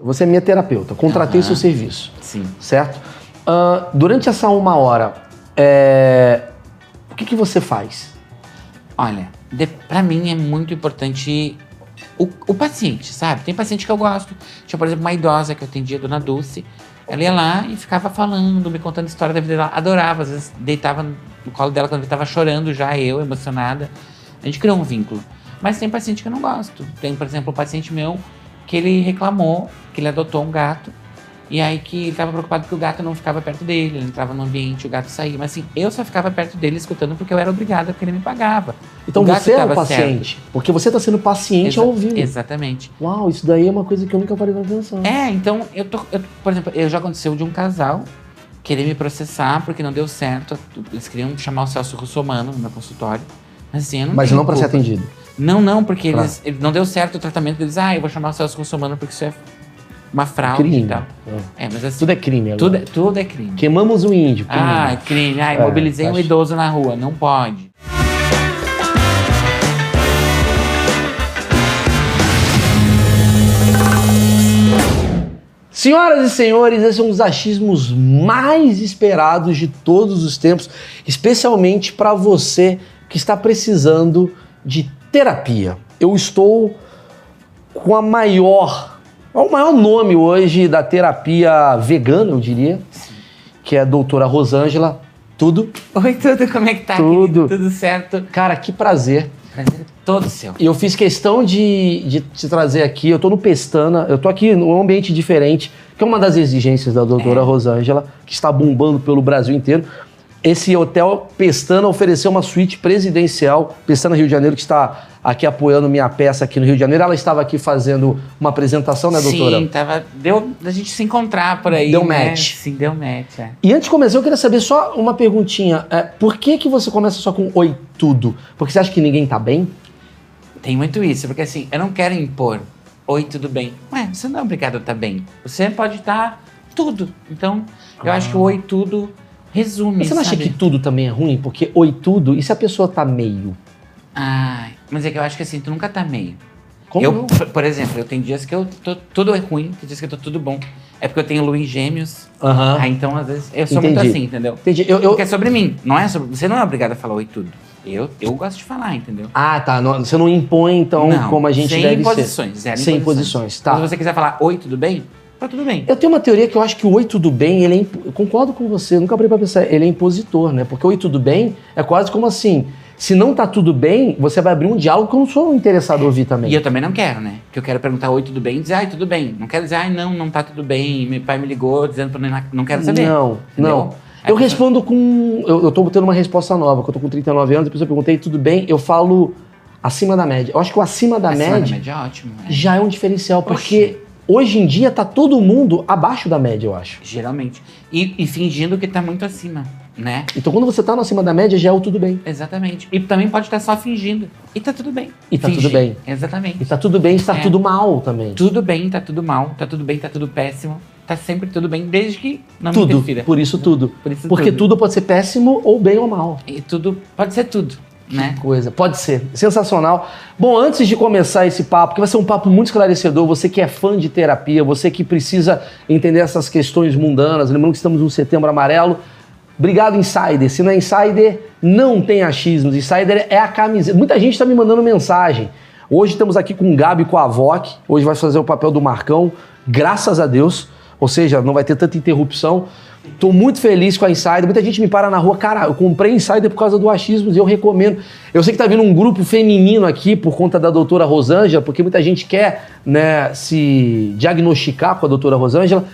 Você é minha terapeuta, contratei seu serviço, Sim. certo? Ahn, durante essa uma hora, é, o que, que você faz? Olha, de, pra mim é muito importante o, o paciente, sabe? Tem paciente que eu gosto. Tinha, por exemplo, uma idosa que eu atendia, Dona Dulce. Ela ia lá e ficava falando, me contando história da vida dela. Adorava, às vezes deitava no colo dela quando eu tava chorando já, eu, emocionada. A gente criou um vínculo. Mas tem paciente que eu não gosto. Tem, por exemplo, um paciente meu que ele reclamou que ele adotou um gato. E aí que ele tava preocupado que o gato não ficava perto dele, ele entrava no ambiente, o gato saía. Mas assim, eu só ficava perto dele escutando porque eu era obrigada, porque ele me pagava. Então O gato você é o tava paciente, porque você está sendo paciente Exa- ao ouvir. Exatamente. Uau, isso daí é uma coisa que eu nunca parei pra pensar. É, então, eu tô. eu- por exemplo, eu já aconteceu de um casal querer me processar porque não deu certo. Eles queriam chamar o Celso Russomano no meu consultório. Mas assim, eu não Mas tenho não para ser culpa. atendido. Não, não, porque Claro. eles, ele- não deu certo o tratamento deles. Ah, eu vou chamar o Celso Russomano porque isso é uma fraude Crime. e tal. É. É, mas assim, Tudo é crime agora. tudo, é- tudo é crime. Queimamos um índio. Ah, crime. crime. Ah, É, imobilizei um acho- idoso na rua. Não pode. Senhoras e senhores, esses são os achismos mais esperados de todos os tempos, especialmente para você que está precisando de terapia. Eu estou com a maior, o maior nome hoje da terapia vegana, eu diria, que é a doutora Rosângela. Tudo. Oi, tudo, como é que tá? Tudo. querido? Tudo certo? Cara, que prazer Prazer é todo seu. E eu fiz questão de, de te trazer aqui, eu tô no Pestana, eu tô aqui num ambiente diferente, que é uma das exigências da É. doutora Rosângela, que está bombando pelo Brasil inteiro. Esse hotel Pestana ofereceu uma suíte presidencial, Pestana Rio de Janeiro, que está aqui apoiando minha peça aqui no Rio de Janeiro. Ela estava aqui fazendo uma apresentação, né, doutora? Sim, tava. Deu da gente se encontrar por aí. Deu né? match. Sim, deu match. É. E antes de começar, eu queria saber só uma perguntinha. É, por que que você começa só com oi tudo? Porque você acha que ninguém tá bem? Tem muito isso, porque assim, eu não quero impor. Oi, tudo bem? Ué, você não é obrigado a estar bem. Você pode estar tudo. Então, eu acho que o oi tudo resume. Mas você não acha sabe? que tudo também é ruim? Porque oi tudo, e se a pessoa tá meio? Ai, mas é que eu acho que assim, tu nunca tá meio. Como eu, não? por- por exemplo, eu tenho dias que eu tô tudo é ruim, tem dias que eu tô tudo bom. É porque eu tenho lua em gêmeos. Aham. Ah, então às vezes eu sou muito Entendi. assim, entendeu? Entendi. Eu, eu- Porque é sobre mim, não é sobre. Você não é obrigado a falar oi tudo. Eu, eu gosto de falar, entendeu? Ah, tá. não- você não impõe, então, Não, como a gente sem deve ser. imposições, zero Sem imposições. imposições, tá. Mas Se você quiser falar oi, tudo bem? Tá tudo bem. Eu tenho uma teoria que eu acho que o oi tudo bem, ele é imp- eu concordo com você, eu nunca parei pra pensar, ele é impositor, né? Porque o oi tudo bem é quase como assim, se não tá tudo bem, você vai abrir um diálogo que eu não sou interessado em ouvir também. E eu também não quero, né? Porque eu quero perguntar oi, tudo bem? E dizer, ai, tudo bem. Não quero dizer, ai, não, não tá tudo bem. Meu pai me ligou dizendo pra não ir na... Não quero saber. Não, Entendeu? não. É Eu porque- respondo com... Eu, eu tô botando uma resposta nova, que eu tô com 39 anos, a pessoa perguntei, tudo bem? Eu falo acima da média. Eu acho que o acima da, Acima média, da média é ótimo. né? já é um diferencial, porque hoje em dia tá todo mundo abaixo da média, eu acho. Geralmente. E, e fingindo que tá muito acima, né? Então quando você tá no acima da média, já é o tudo bem. Exatamente. E também pode estar só fingindo. E tá tudo bem. E tá tudo Fingir. bem. E Exatamente. tá tudo bem, está É. tudo mal também. Tudo bem, tá tudo mal. Tá tudo bem, tá tudo péssimo. Tá sempre tudo bem, desde que não me tudo, interfira. por isso tudo. Por isso Porque tudo pode ser péssimo ou bem ou mal. E tudo pode ser tudo, né? Que coisa, pode ser. Sensacional. Bom, antes de começar esse papo, que vai ser um papo muito esclarecedor, você que é fã de terapia, você que precisa entender essas questões mundanas, lembrando que estamos no setembro amarelo. Obrigado, Insider. Se não é Insider, não tem achismos. Insider é a camiseta. Muita gente está me mandando mensagem. Hoje estamos aqui com o Gabi e com a Voc. Hoje vai fazer o papel do Marcão, graças a Deus. Ou seja, não vai ter tanta interrupção. Tô muito feliz com a Insider. Muita gente me para na rua, cara, eu comprei Insider por causa do achismo e eu recomendo. Eu sei que tá vindo um grupo feminino aqui por conta da doutora Rosângela, porque muita gente quer, né, se diagnosticar com a doutora Rosângela.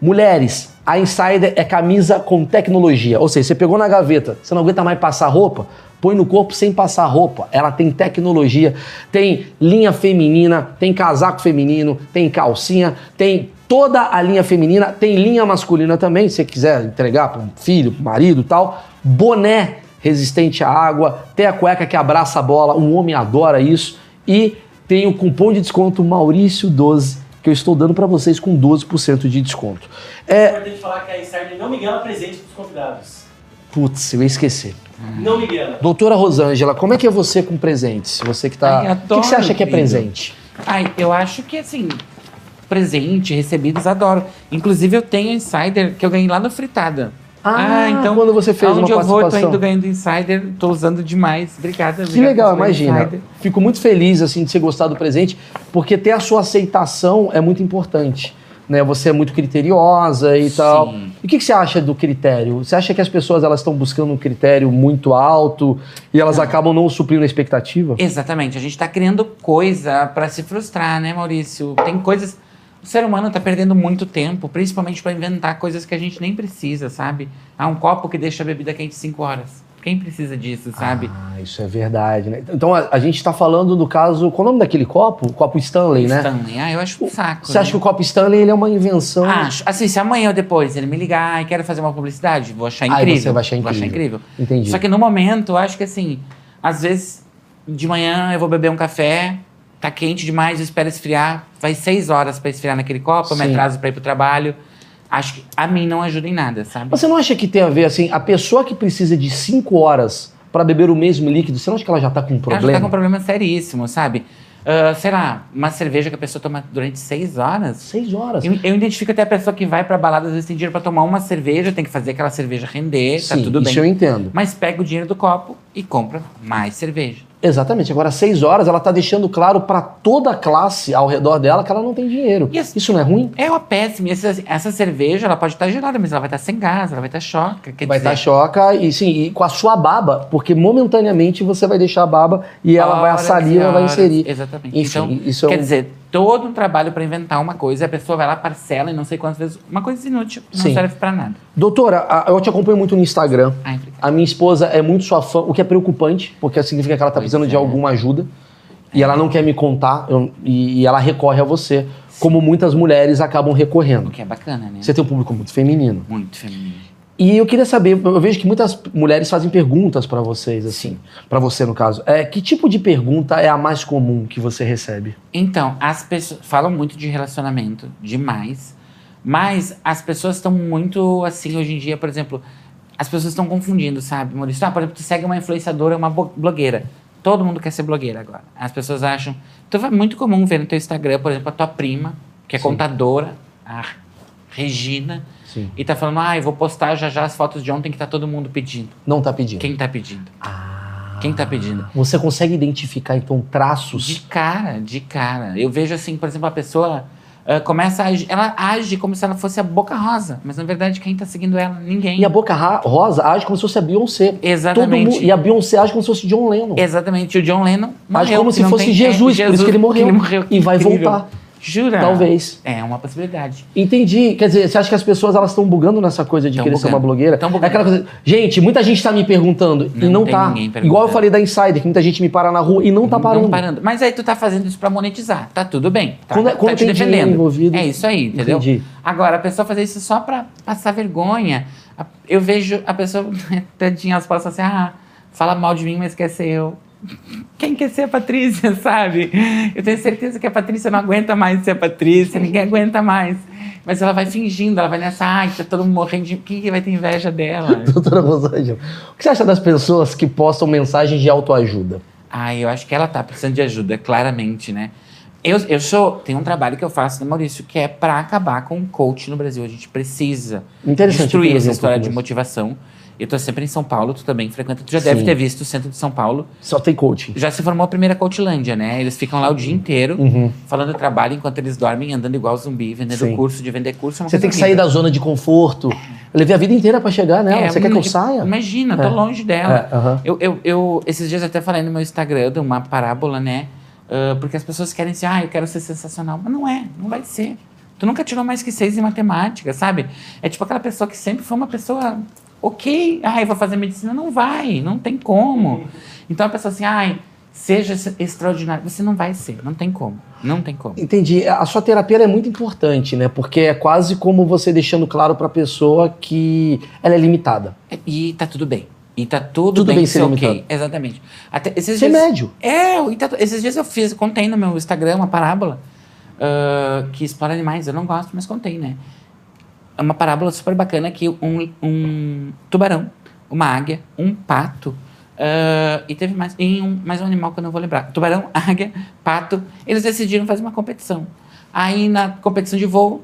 Mulheres, a Insider é camisa com tecnologia. Ou seja, você pegou na gaveta, você não aguenta mais passar roupa, põe no corpo sem passar roupa. Ela tem tecnologia, tem linha feminina, tem casaco feminino, tem calcinha, tem toda a linha feminina, tem linha masculina também, se você quiser entregar para um filho, para marido e tal. Boné resistente à água, tem a cueca que abraça a bola, um homem adora isso. E tem o cupom de desconto Maurício12, que eu estou dando para vocês com 12% de desconto. É É, importante falar que a Insider não miguela presente dos convidados. putz, eu ia esquecer. Não miguela. Doutora Rosângela, como é que é você com presentes? Você que tá. Ai, o que que, você adoro, acha que é querido. presente? Ai, eu acho que assim. presente, recebidos, adoro. Inclusive, eu tenho insider que eu ganhei lá no Fritada. Ah, Ah, então então, quando você fez uma Onde eu vou, tô participação. indo ganhando insider, tô usando demais. Obrigada, Que obrigada legal, pelo imagina. insider. Fico muito feliz assim de você gostar do presente, porque ter a sua aceitação é muito importante. Né? Você é muito criteriosa e tal. Sim. E o que, que você acha do critério? Você acha que as pessoas elas estão buscando um critério muito alto e elas Não. acabam não suprindo a expectativa? Exatamente, a gente tá criando coisa pra se frustrar, né, Maurício? Tem coisas. O ser humano tá perdendo muito tempo, principalmente pra inventar coisas que a gente nem precisa, sabe? Há um copo que deixa a bebida quente 5 horas. Quem precisa disso, sabe? Ah, isso é verdade, né? Então a, a gente está falando do caso. Qual o nome daquele copo? Copo Stanley, né? Stanley. Ah, eu acho um saco. Você acha que o copo Stanley ele é uma invenção? Acho. Assim, se amanhã ou depois ele me ligar e quero fazer uma publicidade, vou achar Aí incrível. você vai achar Vou achar incrível. incrível. Entendi. Só que no momento, eu acho que assim, às vezes de manhã eu vou beber um café, tá quente demais, eu espero esfriar, vai seis horas pra esfriar naquele copo, eu me Sim. atraso pra ir pro trabalho. Acho que a mim não ajuda em nada, sabe? Mas você não acha que tem a ver, assim, a pessoa que precisa de 5 horas pra beber o mesmo líquido, você não acha que ela já tá com um Eu Acho que problema? tá com um problema seríssimo, sabe? Ah, sei lá, uma cerveja que a pessoa toma durante seis horas. 6 horas. Eu, eu identifico até a pessoa que vai pra balada, às vezes tem dinheiro pra tomar uma cerveja, tem que fazer aquela cerveja render, tá Sim, tudo isso bem. eu entendo. Mas pega o dinheiro do copo e compra mais cerveja. Exatamente. Agora, 6 horas, ela tá deixando claro pra toda a classe ao redor dela que ela não tem dinheiro. E assim- Isso não é ruim? É uma péssima. Essa, essa cerveja, ela pode estar gelada, mas ela vai estar sem gás, ela vai estar choca. Quer vai dizer, estar choca e sim, e com a sua baba, porque momentaneamente você vai deixar a baba e ela vai a horas saliva, e ela vai horas. inserir. Exatamente. Enfim, então, isso é quer um- dizer, todo um trabalho para inventar uma coisa, a pessoa vai lá, parcela e não sei quantas vezes. Uma coisa inútil, não Sim. serve para nada. Doutora, a- eu te acompanho muito no Instagram. Ai, obrigada. A minha esposa é muito sua fã, o que é preocupante, porque significa que ela está Pois precisando de é. alguma ajuda e ela não quer me contar eu- e, e ela recorre a você, como muitas mulheres acabam o recorrendo. que é bacana, né? Você tem um público muito feminino. Muito feminino. E eu queria saber, eu vejo que muitas mulheres fazem perguntas para vocês, assim, para você no caso. É, que tipo de pergunta é a mais comum que você recebe? Então, as pessoas falam muito de relacionamento, demais. Mas as pessoas estão muito assim hoje em dia, por exemplo, as pessoas estão confundindo, sabe, Maurício? Ah, por exemplo, tu segue uma influenciadora, uma bo- blogueira. Todo mundo quer ser blogueira agora. As pessoas acham. Então é muito comum ver no teu Instagram, por exemplo, a tua prima, que é Sim. contadora, a Regina, Sim. e tá falando, ah, eu vou postar já já as fotos de ontem que tá todo mundo pedindo. Não tá pedindo. Quem tá pedindo? Ah. Quem tá pedindo? Você consegue identificar então De traços? cara, de cara. Eu vejo assim, por exemplo, a pessoa ah, começa a agir, ela age como se ela fosse a Boca Rosa, mas na verdade quem tá seguindo ela? Ninguém. E a boca ra- rosa age como se fosse a Beyoncé. Todo Exatamente. mundo, e a Beyoncé age como se fosse John Lennon. Exatamente. O John Lennon Mas morreu. como se não fosse tem- é, Jesus, por isso que ele morreu. E vai Incrível. voltar. Jura? Talvez. É uma possibilidade. Entendi. Quer dizer, você acha que as pessoas elas estão bugando nessa coisa de Tão querer ser uma bugando. blogueira? Tão bugando. É aquela coisa. Gente, muita gente tá me perguntando e Não não tem tá. ninguém perguntando. Igual eu falei da Insider, que muita gente me para na rua e não tá parando. Não parando. Mas aí tu tá fazendo isso pra monetizar. Tá tudo bem. Tá, Quando- é- tá quando te tem dinheiro defendendo. envolvido. É isso aí, entendeu? Entendi. Agora, a pessoa fazer isso só pra passar vergonha. a- Eu vejo a pessoa, tadinha, elas passam assim, ah, fala mal de mim, mas quer ser eu. Quem quer ser a Patrícia, sabe? Eu tenho certeza que a Patrícia não aguenta mais ser a Patrícia, ninguém aguenta mais. Mas ela vai fingindo, ela vai nessa, ai, tá todo mundo morrendo de. Quem que vai ter inveja dela? Doutora Rosângela, o que você acha das pessoas que postam mensagens de autoajuda? Ah, eu acho que ela tá precisando de ajuda, claramente, né? Eu, eu sou. Tem um trabalho que eu faço no Maurício que é pra acabar com o coach no Brasil. A gente precisa Interessante. eu destruir queria essa ver um história de pouco mais. motivação. Eu tô sempre em São Paulo, tu também frequenta. Tu já deve Sim. ter visto o centro de São Paulo. Só tem coaching. Já se formou a primeira Coachlândia, né? Eles ficam lá o dia inteiro Uhum. falando trabalho enquanto eles dormem, andando igual zumbi, vendendo Sim. curso, de vender curso. é uma Você coisa tem que sair horrível. da zona de conforto. Eu levei a vida inteira pra chegar nela. É, você quer que eu imagi- saia? Imagina, É. tô longe dela. É, aham. Eu, eu, eu, esses dias eu até falei no meu Instagram de uma parábola, né? Ah, porque as pessoas querem ser, ah, eu quero ser sensacional. Mas não é, não vai ser. Tu nunca tirou mais que seis em matemática, sabe? É tipo aquela pessoa que sempre foi uma pessoa, ok, ah, eu vou fazer medicina. Não vai, não tem como. Então a pessoa assim, ai, seja ex- extraordinário. Você não vai ser, não tem como. Não tem como. Entendi. A sua terapia ela é muito importante, né? Porque é quase como você deixando claro pra pessoa que ela é limitada. E tá tudo bem. E tá tudo, Tudo bem bem ser ser ok. limitado. Exatamente. Até esses Você é dias, médio. É, o Itatu- esses dias eu fiz, contei no meu Instagram uma parábola ah, que explora animais. Eu não gosto, mas contei, né? É uma parábola super bacana que um, um tubarão, uma águia, um pato ah, e teve mais, e um, mais um animal que eu não vou lembrar. Tubarão, águia, pato. Eles decidiram fazer uma competição. Aí na competição de voo,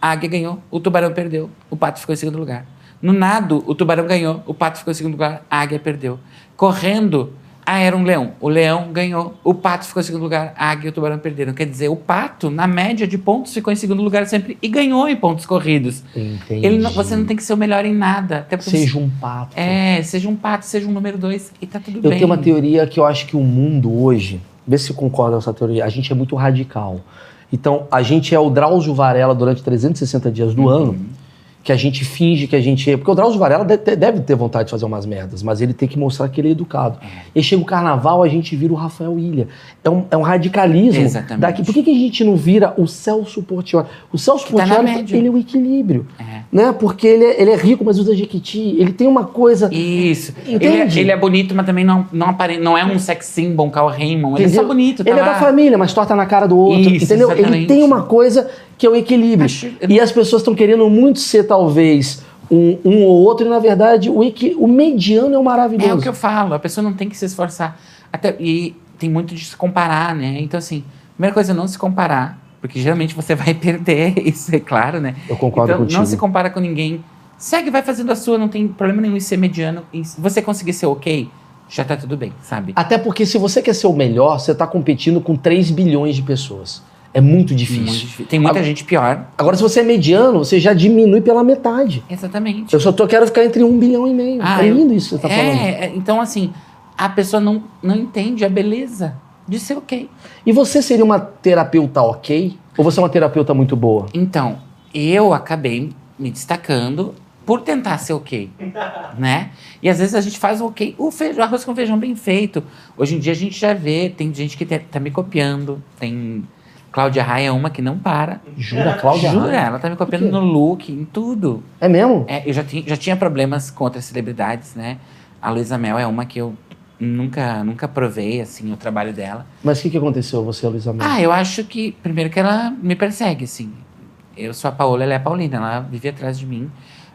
a águia ganhou, o tubarão perdeu, o pato ficou em segundo lugar. No nado, o tubarão ganhou, o pato ficou em segundo lugar, a águia perdeu. Correndo, ah, era um leão. O leão ganhou, o pato ficou em segundo lugar, a águia e o tubarão perderam. Quer dizer, o pato, na média de pontos, ficou em segundo lugar sempre e ganhou em pontos corridos. Entendi. Ele não- você não tem que ser o melhor em nada. Até porque Seja um pato. é, seja um pato, seja um número dois, e tá tudo Eu bem. tenho uma teoria que eu acho que o mundo hoje, vê se concorda com essa teoria, a gente é muito radical. Então, a gente é o Drauzio Varela durante 360 dias do Uhum. ano, que a gente finge que a gente é. Porque o Drauzio Varela deve ter, deve ter vontade de fazer umas merdas, mas ele tem que mostrar que ele é educado. E chega o carnaval, a gente vira o Rafael Ilha. É um, é um radicalismo. Exatamente. Daqui. Por que, que a gente não vira o Celso Portioli? O Celso tá na Portioli, média. ele é o equilíbrio. É. Né? Porque ele é, ele é rico, mas usa jequiti. Ele tem uma coisa. Isso. Ele é, Entende? ele é bonito, mas também não, não, apare... não é um sex symbol, um Carl Raymond. Ele é só Entendeu? bonito, tá Ele é lá. da família, mas torta na cara do outro, Isso, entendeu? Ele exatamente. tem uma coisa que é o equilíbrio. Acho- E as pessoas estão querendo muito ser, talvez, um, um ou outro, e na verdade o, equi... o mediano é o maravilhoso. É o que eu falo, a pessoa não tem que se esforçar. Até, e tem muito de se comparar, né? Então, assim, primeira coisa, não se comparar, porque geralmente você vai perder, isso é claro, né? Eu concordo então, contigo. não se compara com ninguém. Segue, vai fazendo a sua, não tem problema nenhum em ser mediano. Em se você conseguir ser ok, já tá tudo bem, sabe? Até porque se você quer ser o melhor, você está competindo com 3 bilhões de pessoas. É muito difícil. Muito difícil. Tem muita Agora- gente pior. Agora, se você é mediano, você já diminui pela metade. Exatamente. Eu só tô, quero ficar entre um bilhão e meio. Ah, é eu- lindo isso que você tá falando. é, é, então assim, a pessoa não, não entende a beleza de ser ok. E você seria uma terapeuta ok? Ou você é uma terapeuta muito boa? Então, eu acabei me destacando por tentar ser ok, né? E às vezes a gente faz o ok, o feijão, arroz com feijão bem feito. Hoje em dia a gente já vê, tem gente que te- tá me copiando, tem... Cláudia Raia é uma que não para. Jura, Cláudia? Jura? Raia? Ela tá me copiando Por quê? no look, em tudo. É mesmo? É, eu já, ti- já tinha problemas com outras celebridades, né? A Luísa Mel é uma que eu nunca, nunca provei, assim, o trabalho dela. Mas o que, que aconteceu você, Luísa Mel? Ah, eu acho que, primeiro que ela me persegue, assim. Eu sou a Paola, ela é a Paulina, ela vive atrás de mim.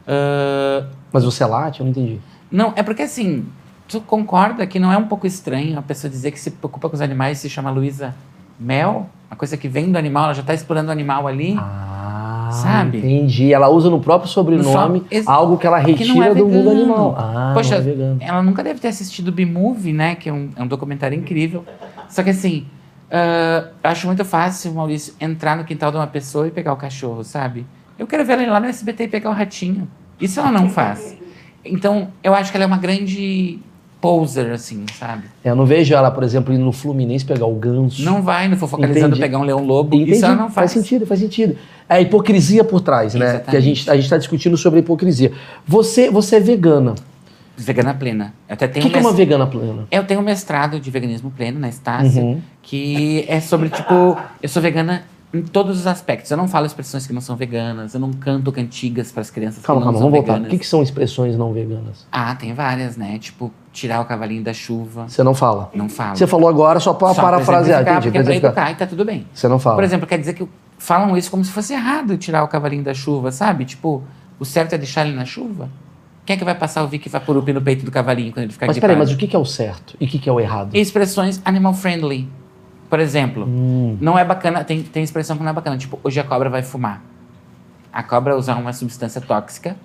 Ah, Mas você late? Eu não entendi. não, é porque assim, tu concorda que não é um pouco estranho a pessoa dizer que se preocupa com os animais e se chama Luísa Mel? Uma coisa que vem do animal, ela já tá explorando o animal ali. Ah, Sabe? Entendi. Ela usa no próprio sobrenome No só- Ex- algo que ela que não retira é do mundo vegano. animal. Ah, Poxa, não é vegano. Ela nunca deve ter assistido B-Movie, né? Que é um, é um documentário incrível. Só que assim, ah, eu acho muito fácil, Maurício, entrar no quintal de uma pessoa e pegar o cachorro, sabe? Eu quero ver ela ir lá no SBT e pegar o ratinho. Isso ela não faz. Então, eu acho que ela é uma grande poser, assim, sabe? É, Eu não vejo ela, por exemplo, indo no Fluminense pegar o ganso. Não vai no Fofocalizando Entendi. pegar um leão-lobo. Entendi. Isso ela não faz. sentido, faz sentido. É a hipocrisia por trás, né? Exatamente. Que a gente a está discutindo sobre a hipocrisia. Você, você é vegana. Vegana plena. Eu até O tenho que, que é mes- uma vegana plena? Eu tenho um mestrado de veganismo pleno na Estácio, Uhum. que é sobre, tipo, eu sou vegana em todos os aspectos. Eu não falo expressões que não são veganas, eu não canto cantigas para as crianças Calma, que não calma, são vamos voltar. O veganas. que, que são expressões não veganas? Ah, tem várias, né? Tipo, tirar o cavalinho da chuva, Você não fala. não falo. Você falou agora só para Só parafrasear. exemplificar, Entendi. Porque é pra exemplificar. educar e tá tudo bem. Você não fala. Por exemplo, quer dizer que falam isso como se fosse errado tirar o cavalinho da chuva, sabe? Tipo, o certo é deixar ele na chuva? Quem é que vai passar o Vicky Vaporupi no peito do cavalinho quando ele ficar Mas de peraí, pá? mas o que que é o certo e o que que é o errado? Expressões animal friendly. Por exemplo, Hum. não é bacana, tem, tem expressão que não é bacana, tipo, hoje a cobra vai fumar. A cobra usar uma substância tóxica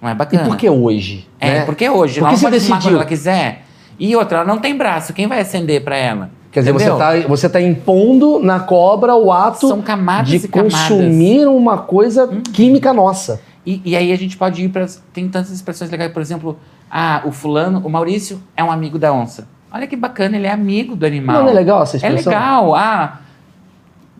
não é E bacana. por que hoje? É, né? porque hoje, Por ela que não você pode fumar decidiu? quando ela quiser. E outra, ela não tem braço, quem vai acender pra ela? Quer dizer, você Entendeu? tá, você tá impondo na cobra o ato São camadas de e camadas. Hum. consumir uma coisa química nossa. E, e aí a gente pode ir para Tem tantas expressões legais, por exemplo, ah, o fulano, o Maurício é um amigo da onça. Olha que bacana, ele é amigo do animal. Não, não é legal essa É expressão? legal, ah.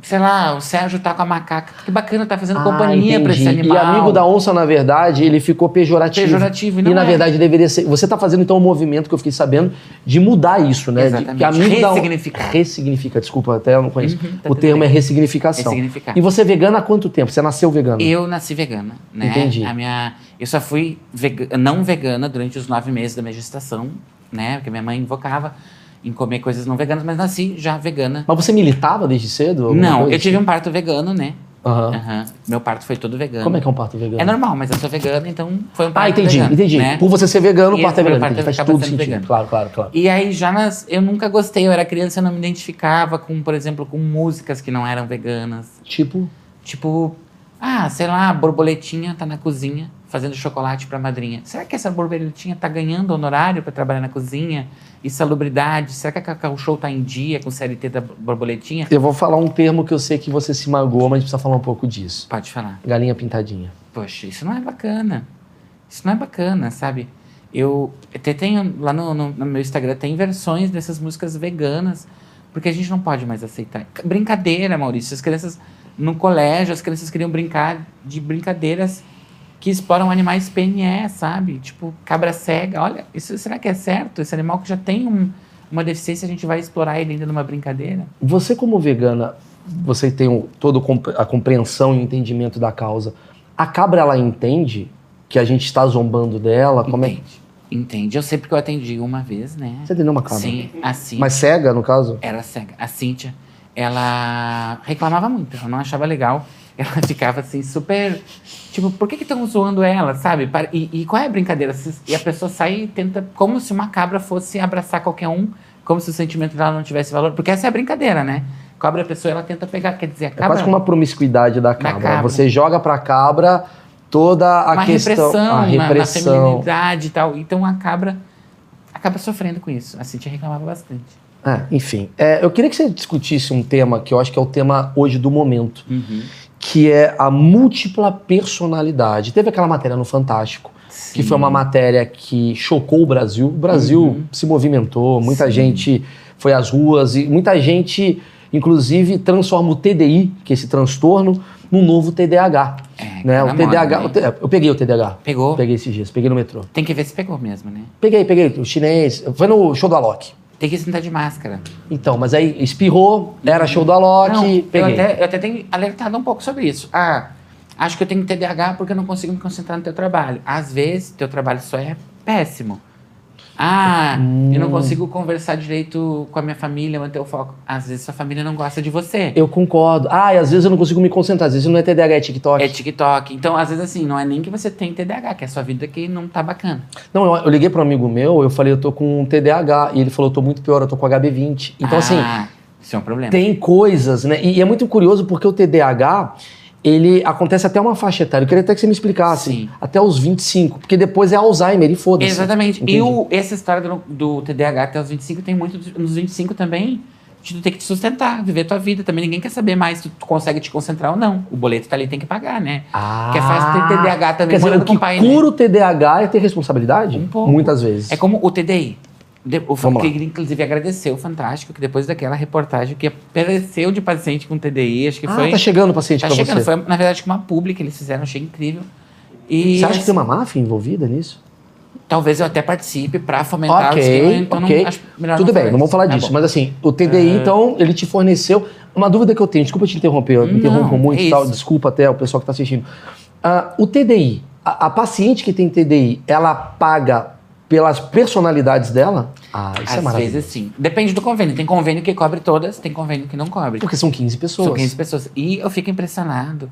Sei lá, o Sérgio tá com a macaca. Que bacana, tá fazendo Ah, companhia pra entendi. esse animal. E amigo da onça, na verdade, ele ficou pejorativo. Pejorativo, e não e na é. verdade deveria ser. Você tá fazendo então um movimento que eu fiquei sabendo de mudar isso, né? De, Exatamente. que amigo da on- Ressignificar. Ressignifica, desculpa, até eu não conheço. Uhum, tá o tudo termo bem. é ressignificação. Ressignificar. E você é vegana há quanto tempo? Você nasceu vegana? Eu nasci vegana, né? Entendi. A minha, eu só fui vega- não vegana durante os nove meses da minha gestação, né? Porque minha mãe invocava em comer coisas não veganas, mas nasci já vegana. Mas você militava desde cedo? alguma Não, coisa assim. eu tive um parto vegano, né? Aham. Aham. Meu parto foi todo vegano. Como é que é um parto vegano? É normal, mas eu sou vegana, então foi um parto ah, entendi, vegano, entendi. né? Por você ser vegano, o E parto é o vegano. parto entendi. Faz acaba todo sendo sentido. vegano. Claro, claro, claro. E aí já nas, eu nunca gostei, eu era criança, eu não me identificava com, por exemplo, com músicas que não eram veganas. Tipo, Tipo, ah, sei lá, a borboletinha tá na cozinha fazendo chocolate pra madrinha. Será que essa borboletinha tá ganhando honorário pra trabalhar na cozinha? E salubridade? Será que a Cacau Show tá em dia com o CLT da borboletinha? eu vou falar um termo que eu sei que você se magoou, mas a gente precisa falar um pouco disso. Pode falar. Galinha pintadinha. Poxa, isso não é bacana. Isso não é bacana, sabe? Eu até tenho lá no, no- no meu Instagram tem versões dessas músicas veganas, porque a gente não pode mais aceitar. C- Brincadeira, Maurício. As crianças no colégio, as crianças queriam brincar de brincadeiras que exploram animais PNE, sabe? Tipo cabra cega. Olha, isso será que é certo? Esse animal que já tem um- uma deficiência, a gente vai explorar ele ainda numa brincadeira? Você, como vegana, você tem o- todo o comp- a compreensão e o entendimento da causa. A cabra, ela entende que a gente está zombando dela? Como é? Entende? Entende? Eu sei porque eu atendi uma vez, né? Você entendeu uma cabra? Sim, assim. Mas cega, no caso? era cega. A Cíntia, ela reclamava muito, ela não achava legal. Ela ficava assim, super. Tipo, por que estão zoando ela, sabe? Para- E, e qual é a brincadeira? Se- E a pessoa sai e tenta, como se uma cabra fosse abraçar qualquer um, como se o sentimento dela não tivesse valor. Porque essa é a brincadeira, né? Cobra a pessoa ela tenta pegar. Quer dizer, a É cabra. quase como uma promiscuidade da cabra. cabra. Você joga pra cabra toda a uma questão. repressão, a na- repressão. Na, feminilidade e tal. Então a cabra acaba sofrendo com isso. A Cintia reclamava bastante. Ah, enfim, É, eu queria que você discutisse um tema que eu acho que é o tema hoje do momento, que é a múltipla personalidade. Teve aquela matéria no Fantástico, que foi uma Sim. matéria que chocou o Brasil. O Brasil Uhum. se movimentou, muita Sim. gente foi às ruas e muita gente, inclusive, transforma o TDI, que é esse transtorno, num novo TDAH. É, né? tá O na TDAH, moda, o T- eu peguei o TDAH. Pegou? Peguei esses dias, peguei no metrô. Tem que ver se pegou mesmo, né? Peguei, peguei, o chinês. Foi no show do Alok. Tem que sentar de máscara. Então, mas aí espirrou, era show do Alok, Não, eu, peguei. até, eu até tenho alertado um pouco sobre isso. Ah, acho que eu tenho TDAH porque eu não consigo me concentrar no teu trabalho. Às vezes, teu trabalho só é péssimo. Ah, eu Hum. não consigo conversar direito com a minha família, manter o foco. Às vezes, sua família não gosta de você. Eu concordo. Ah, e às vezes eu não consigo me concentrar, às vezes não é TDAH, é TikTok. É TikTok. Então, às vezes, assim, não é nem que você tem TDAH, que é a sua vida que não tá bacana. Não, eu, eu liguei para um amigo meu, eu falei, eu tô com um TDAH, e ele falou, eu tô muito pior, eu tô com HB20. Então, assim, Ah, Isso é um problema. tem coisas, né? E, e é muito curioso porque o TDAH, ele acontece até uma faixa etária. Eu queria até que você me explicasse. Sim. Até os 25, porque depois é Alzheimer e foda-se. Exatamente. Entendi. E o- essa história do, do TDAH até os 25 tem muito de- nos 25 também. de Tu ter que te sustentar, viver tua vida. Também ninguém quer saber mais se tu consegue te concentrar ou não. O boleto tá ali, tem que pagar, né? Ah, Porque é fácil ter TDAH também Quer dizer, morando o que com o pai, né? cura o TDAH é ter responsabilidade? Um pouco. Muitas vezes. É como o TDI. De- o Vamos lá. queria, inclusive, agradecer o Fantástico, que depois daquela reportagem que apareceu de paciente com TDI, acho que ah, foi. tá chegando o paciente tá pra chegando. você. Foi, na verdade, uma publi que eles fizeram, achei incrível. E Você acha que tem uma máfia envolvida nisso? talvez eu até participe pra fomentar Ok, os que não- então ok. não, acho melhor Tudo bem, falar não vamos isso. falar Tá disso. bom. É. Mas assim, o TDI, então, ele te forneceu. Uma dúvida que eu tenho, desculpa te interromper, eu Não, interrompo muito e é tal, isso. desculpa até o pessoal que está assistindo. Ah, o TDI, a, a paciente que tem TDI, ela paga pelas personalidades dela? Ah, isso é Às maravilhoso. vezes sim. Depende do convênio. Tem convênio que cobre todas, tem convênio que não cobre. Porque são 15 pessoas. São 15 pessoas. E eu fico impressionado.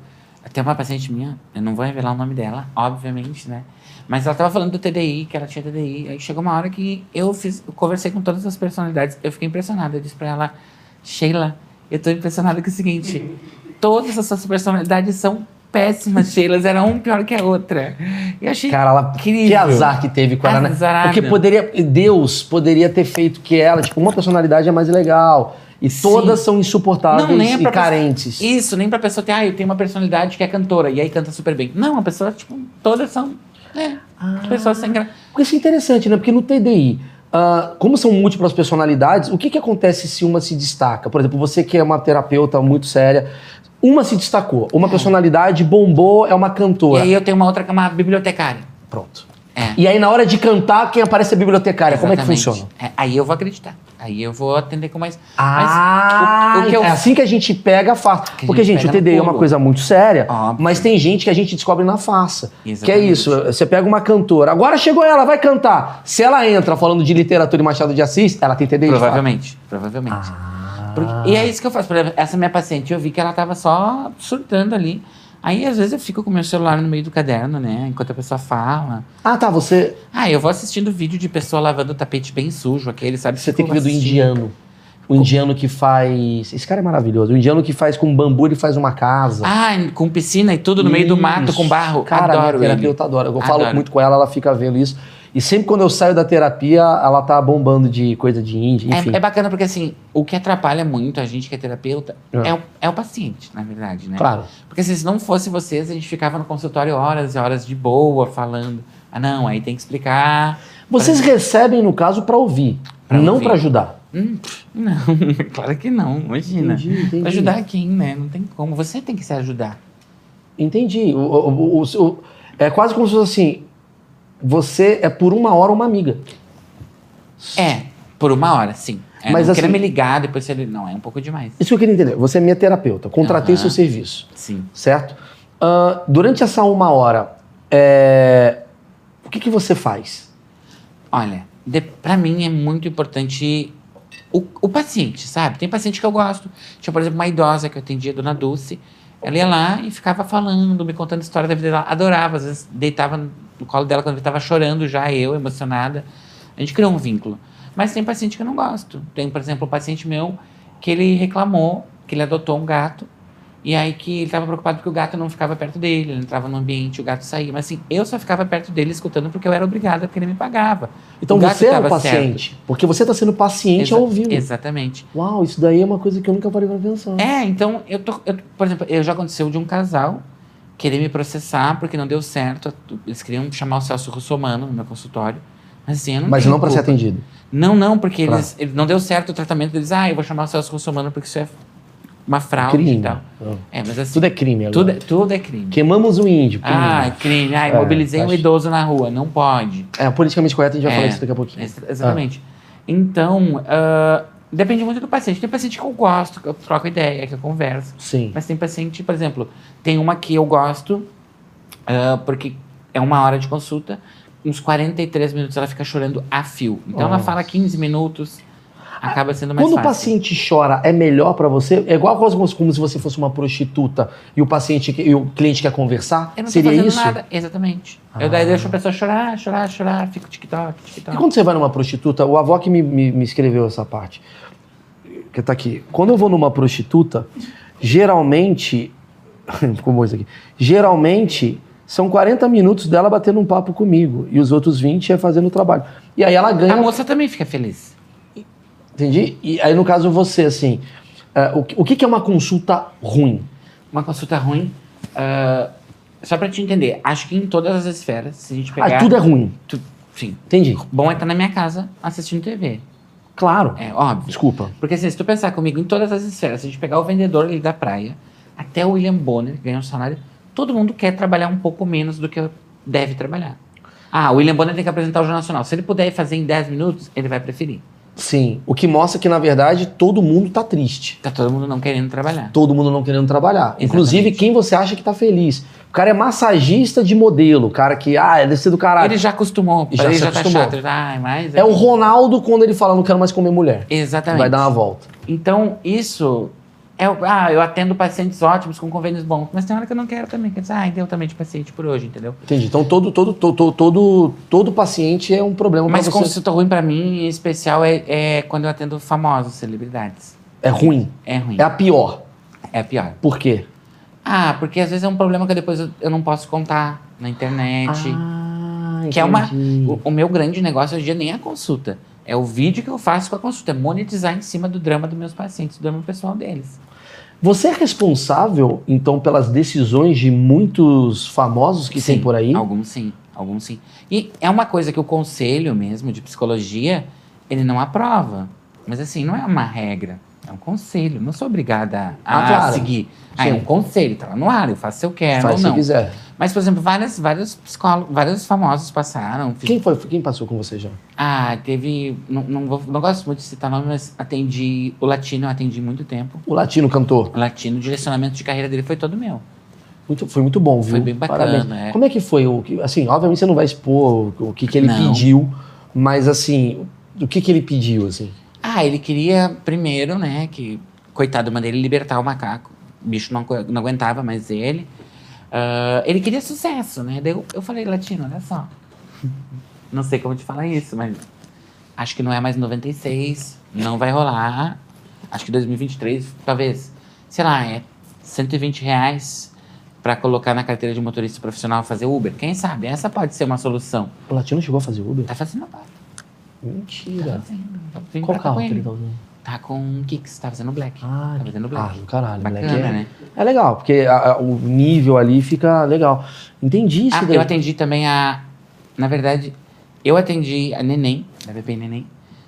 Tem uma paciente minha, eu não vou revelar o nome dela, obviamente, né? Mas ela tava falando do TDI, que ela tinha TDI. Aí chegou uma hora que eu fiz, eu conversei com todas as personalidades, eu fiquei impressionado. Eu disse pra ela, Sheila, eu tô impressionado com o seguinte: todas as suas personalidades são péssimas, Sheila, era um pior que a outra. E eu achei Cara, ela, incrível. que azar que teve com ela, né? Azarada. Porque poderia, Deus poderia ter feito que ela, tipo, uma personalidade é mais legal. E todas Sim. são insuportáveis Não, nem é e pra pessoa- carentes. Isso, nem pra pessoa ter, ah, eu tenho uma personalidade que é cantora, e aí canta super bem. Não, a pessoa, tipo, todas são. É, Ah. pessoas sem graça. Porque isso é interessante, né? Porque no TDI, ah, como são múltiplas personalidades, o que, que acontece se uma se destaca? Por exemplo, você que é uma terapeuta muito séria, uma se destacou, uma personalidade bombou, é uma É. E cantora. aí eu tenho uma outra que é uma bibliotecária. Pronto. É. E aí, na hora de cantar, quem aparece é a bibliotecária. Como é que Exatamente. funciona? É, aí eu vou acreditar. Aí eu vou atender com mais. Ah, o- o que eu- é assim que a gente pega a farsa. Que a Porque, gente gente, o pega no TDI é uma pulo. coisa muito séria, Óbvio. mas tem gente que a gente descobre na farsa. Que é Exatamente. isso, você pega uma cantora, agora chegou ela, vai cantar. Se ela entra falando de literatura e Machado de Assis, ela tem TDI. de fato. Provavelmente. Provavelmente. Porque- Ah. E é isso que eu faço. Por exemplo, essa minha paciente, eu vi que ela tava só surtando ali. Aí, às vezes, eu fico com meu celular no meio do caderno, né? Enquanto a pessoa fala. Ah, tá, você, Ah, eu vou assistindo vídeo de pessoa lavando o tapete bem sujo, aquele, sabe? você tem que Fico ver do assistindo. indiano. O indiano que faz. Esse cara é maravilhoso. O indiano que faz com bambu, ele faz uma casa. Ah, com piscina e tudo no meio do mato, Isso. com barro. Cara, Adoro minha ele. terapeuta adora. Eu falo Adoro. muito com ela, ela fica vendo isso. E sempre quando eu saio da terapia, ela tá bombando de coisa de índia, enfim. É, é bacana porque, assim, o que atrapalha muito a gente que é terapeuta É. é, o, é o paciente, na verdade, né? Claro. Porque assim, se não fosse vocês, a gente ficava no consultório horas e horas de boa, falando. Ah, não, aí tem que explicar. Vocês recebem, no caso, pra ouvir, Pra não ouvir. pra ajudar. Hum, não, claro que não, imagina. entendi. Pra ajudar quem, né? Não tem como. Você tem que se ajudar. Entendi. O- o- o- o- o- é quase como se fosse assim: você é por uma hora uma amiga. É, por uma hora, sim. É, Mas, não assim- queira me ligar, depois você. Não, é um pouco demais. Isso que eu queria entender. Você é minha terapeuta, contratei Aham. seu serviço, Sim. certo? Ah, durante essa uma hora, é, o que, que você faz? Olha, de, pra mim é muito importante o, o paciente, sabe? Tem paciente que eu gosto. Tinha, por exemplo, uma idosa que eu atendia, dona Dulce. Ela ia lá e ficava falando, me contando história da vida dela. Adorava, às vezes deitava no colo dela quando eu estava chorando já, eu, emocionada. A gente criou um vínculo. Mas tem paciente que eu não gosto. Tem, por exemplo, um paciente meu que ele reclamou que ele adotou um gato. E aí que ele estava preocupado porque o gato não ficava perto dele, ele entrava no ambiente, o gato saía. Mas assim, eu só ficava perto dele escutando porque eu era obrigada, porque ele me pagava. Então O gato você é o tava paciente, porque você está sendo paciente Exa- ao ouvi-lo. Exatamente. Uau, isso daí é uma coisa que eu nunca parei pra pensar. É, então, eu tô. eu- por exemplo, eu já aconteceu de um casal querer me processar porque não deu certo. Eles queriam chamar o Celso Russomano no meu consultório. Mas assim, eu não Mas tenho não pra ser culpa. atendido. Não, não, porque Pra- eles, eles- não deu certo o tratamento deles. Ah, eu vou chamar o Celso Russomano porque isso é uma fraude crime. e tal. Ah. É, mas assim, Tudo é crime agora. tudo é, tudo é crime. Queimamos um índio. crime. Ah, crime. Ah, É, imobilizei um acho- idoso na rua. Não pode. É, politicamente correto, a gente vai É. falar isso daqui a pouquinho. Ex- Exatamente. Então, ah, depende muito do paciente. Tem paciente que eu gosto, que eu troco ideia, que eu converso. Sim. Mas tem paciente, por exemplo, tem uma que eu gosto, ah, porque é uma hora de consulta, uns 43 minutos ela fica chorando a fio. Então ela Nossa. Ah, fala 15 minutos, acaba sendo é mais Quando o fácil. paciente chora, é melhor pra você? É igual como, como se você fosse uma prostituta e o paciente que- e o cliente quer conversar? Eu não tô Seria fazendo isso? nada. Exatamente. Eu Ah. daí deixo a pessoa chorar, chorar, chorar, fico tic-toc, E tic-toc. quando você vai numa prostituta, o avó que me, me, me escreveu essa parte, que tá aqui. Quando eu vou numa prostituta, geralmente. Ficou bom isso aqui. Geralmente são 40 minutos dela batendo um papo comigo e os outros 20 é fazendo o trabalho. E é um aí ela ganha. A moça também fica feliz. Entendi? E aí, no caso, você, assim. é, o, que- o que, que é uma consulta ruim? Uma consulta ruim. ah, só pra te entender, acho que em todas as esferas, se a gente Ah, pegar. tudo é ruim. tu- sim. Entendi. Bom é estar na minha casa assistindo TV. Claro. É óbvio. Desculpa. Porque assim, se tu pensar comigo em todas as esferas, se a gente pegar o vendedor ali da praia, até o William Bonner, que ganha um salário, todo mundo quer trabalhar um pouco menos do que deve trabalhar. Ah, o William Bonner tem que apresentar o Jornal Nacional. Se ele puder fazer em 10 minutos, ele vai preferir. Sim. O que mostra que, na verdade, todo mundo tá triste. Tá todo mundo não querendo trabalhar. Todo mundo não querendo trabalhar. Inclusive, quem você acha que tá feliz. O cara é massagista de modelo. O cara que, ah, é desse do caralho. Ele já acostumou, Já ele se já acostumou. tá chato. ele tá, "Ai, mas É o Ronaldo quando ele fala, não quero mais comer mulher. Exatamente. Vai dar uma volta. Então, isso é o. Ah, eu atendo pacientes ótimos, com convênios bons, mas tem hora que eu não quero também. Quer dizer, ah, deu também de paciente por hoje, entendeu? Entendi. Então, todo, todo, todo, todo, todo paciente é um problema Mas pra você. consulta ruim pra mim, em especial, é, é quando eu atendo famosos, celebridades. É ruim. É ruim. É a pior. É, pior. Por quê? Ah, porque às vezes é um problema que depois eu, eu não posso contar na internet. Ah, Que é uma- entendi. O, o meu grande negócio hoje em dia nem é a consulta. É o vídeo que eu faço com a consulta. É monetizar em cima do drama dos meus pacientes, do drama pessoal deles. Você é responsável, então, pelas decisões de muitos famosos que tem Sim, por aí? Alguns sim, alguns sim. E é uma coisa que o conselho mesmo de psicologia, ele não aprova. Mas assim, não é uma regra. É um conselho. Não sou obrigada a Ah, claro. seguir. Ah, é Sim. um conselho, tá lá no ar, eu faço se eu quero Faz é, ou se não. quiser. Mas, por exemplo, várias, vários psicólogos, vários famosos passaram. fiz- Quem foi? Quem passou com você já? Ah, teve. Não, não, vou- não gosto muito de citar nome, mas atendi. O latino eu atendi muito tempo. O latino cantor. O latino, o direcionamento de carreira dele foi todo meu. Muito- foi muito bom, viu? Foi bem bacana, é. Como é que foi? O, que- assim, obviamente você não vai expor o, o que, que ele Não. pediu, mas assim, o que, que ele pediu, assim? Ah, ele queria primeiro, né, que, coitado, mandei ele libertar o macaco. O bicho não, agu- não aguentava mais ele. Ah, ele queria sucesso, né? Daí eu, eu falei, Latino, olha só. Não sei como te falar isso, mas acho que não é mais 96, não vai rolar. Acho que 2023, talvez, sei lá, é 120 reais pra colocar na carteira de motorista profissional fazer Uber. Quem sabe? Essa pode ser uma solução. O Latino chegou a fazer Uber? Tá fazendo agora. Tá Mentira. fazendo. Tá fazendo Qual pra carro com que ele. ele tá usando? Tá com Kicks, tá fazendo black. Ah, tá fazendo ah, black. do caralho, Bacana, moleque. É, né? é legal, porque a- a- o nível ali fica legal. Entendi isso Ah, daí. eu atendi também a. Na verdade, eu atendi a Neném, da PP Neném.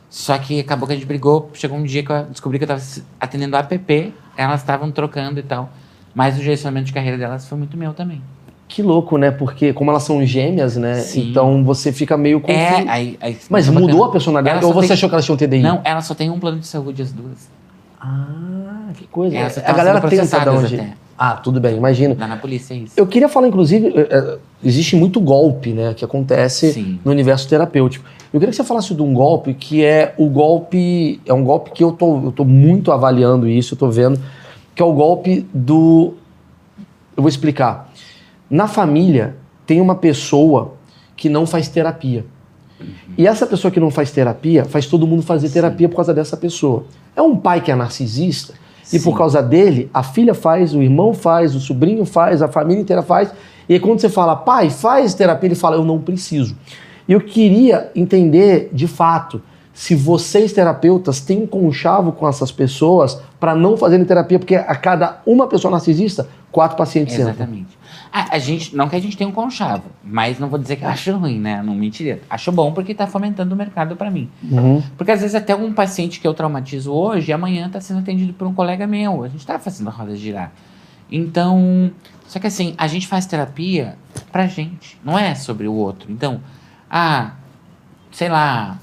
Só que acabou que a gente brigou. Chegou um dia que eu descobri que eu tava se- atendendo a PP, elas estavam trocando e tal. Mas o direcionamento de carreira delas foi muito meu também. Que louco, né? Porque como elas são gêmeas, né? Sim. Então você fica meio confuso. É, aí. aí assim? Mas foi mudou a bacana. personalidade? Ela só Ou você tem- achou que elas tinham TDI? Não, elas só têm um plano de saúde, as duas. Ah, que coisa. Elas só a estavam galera sendo tenta dar um processadas jeito. Ah, tudo bem, imagino. Lá na polícia, é isso. Eu queria falar, inclusive, eh, eh, existe muito golpe, né? Que acontece Sim. no universo terapêutico. Eu queria que você falasse de um golpe que é o golpe. É um golpe que eu tô, eu tô muito avaliando isso, eu tô vendo, que é o golpe do. Eu vou explicar. Na família tem uma pessoa que não faz terapia. Uhum. E essa pessoa que não faz terapia faz todo mundo fazer Sim. terapia por causa dessa pessoa. É um pai que é narcisista e por Sim. causa dele, a filha faz, o irmão faz, o sobrinho faz, a família inteira faz. E aí, quando você fala, pai, faz terapia, ele fala, eu não preciso. E eu queria entender, de fato, se vocês, terapeutas, têm um conchavo com essas pessoas para não fazerem terapia, porque a cada uma pessoa narcisista, quatro pacientes entram. Exatamente. A, a gente, não que a gente tenha um conchavo, mas não vou dizer que eu acho ruim, né? Não mentiria. Acho bom porque tá fomentando o mercado pra mim. Uhum. Porque às vezes até um paciente que eu traumatizo hoje, amanhã tá sendo atendido por um colega meu. A gente tá fazendo a roda girar. Então, só que assim, a gente faz terapia pra gente, não é sobre o outro. Então, ah, sei lá,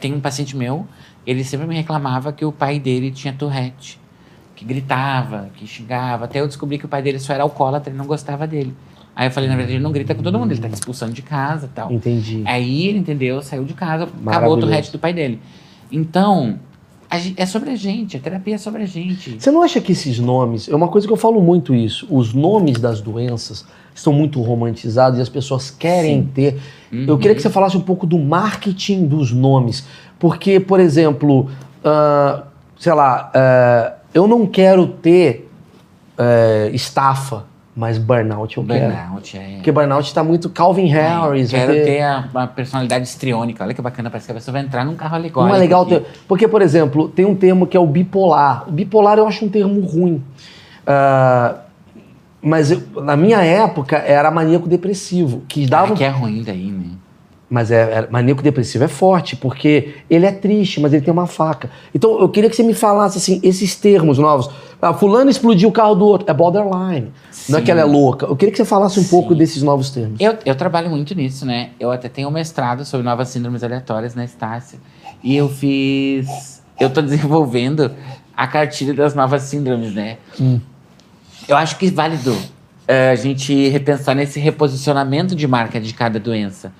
tem um paciente meu, ele sempre me reclamava que o pai dele tinha Tourette, que gritava, que xingava, até eu descobri que o pai dele só era alcoólatra e não gostava dele. Aí eu falei, na verdade, ele não grita com todo mundo, ele tá te expulsando de casa e tal. Entendi. Aí ele entendeu, saiu de casa, acabou Maravilhoso. o resto do pai dele. Então, a gen- é sobre a gente, a terapia é sobre a gente. Você não acha que esses nomes, é uma coisa que eu falo muito isso, os nomes das doenças estão muito romantizados e as pessoas querem ter. Eu Uhum. queria que você falasse um pouco do marketing dos nomes. Porque, por exemplo, ah, sei lá, ah, eu não quero ter eh, estafa, mas burnout eu quero. Burnout é. Porque burnout está muito Calvin Harris. vai Quero ter- ter a, a personalidade estriônica. Olha que bacana, parece que a pessoa vai entrar num carro Não alegórico. é legal aqui. ter. Porque, por exemplo, tem um termo que é o bipolar. O bipolar eu acho um termo ruim. Ah, mas eu- na minha época era maníaco depressivo, que dava Ah, que é ruim daí, né? Mas é, é- maníaco depressivo é forte, porque ele é triste, mas ele tem uma faca. Então eu queria que você me falasse assim, esses termos novos. Ah, fulano explodiu o carro do outro. É borderline. Não é que ela é louca. Eu queria que você falasse um Sim. pouco desses novos termos. Eu, eu trabalho muito nisso, né? Eu até tenho um mestrado sobre novas síndromes aleatórias na Estácio. E eu fiz. Eu tô desenvolvendo a cartilha das novas síndromes, né? Eu acho que é válido é, a gente repensar nesse reposicionamento de marca de cada doença.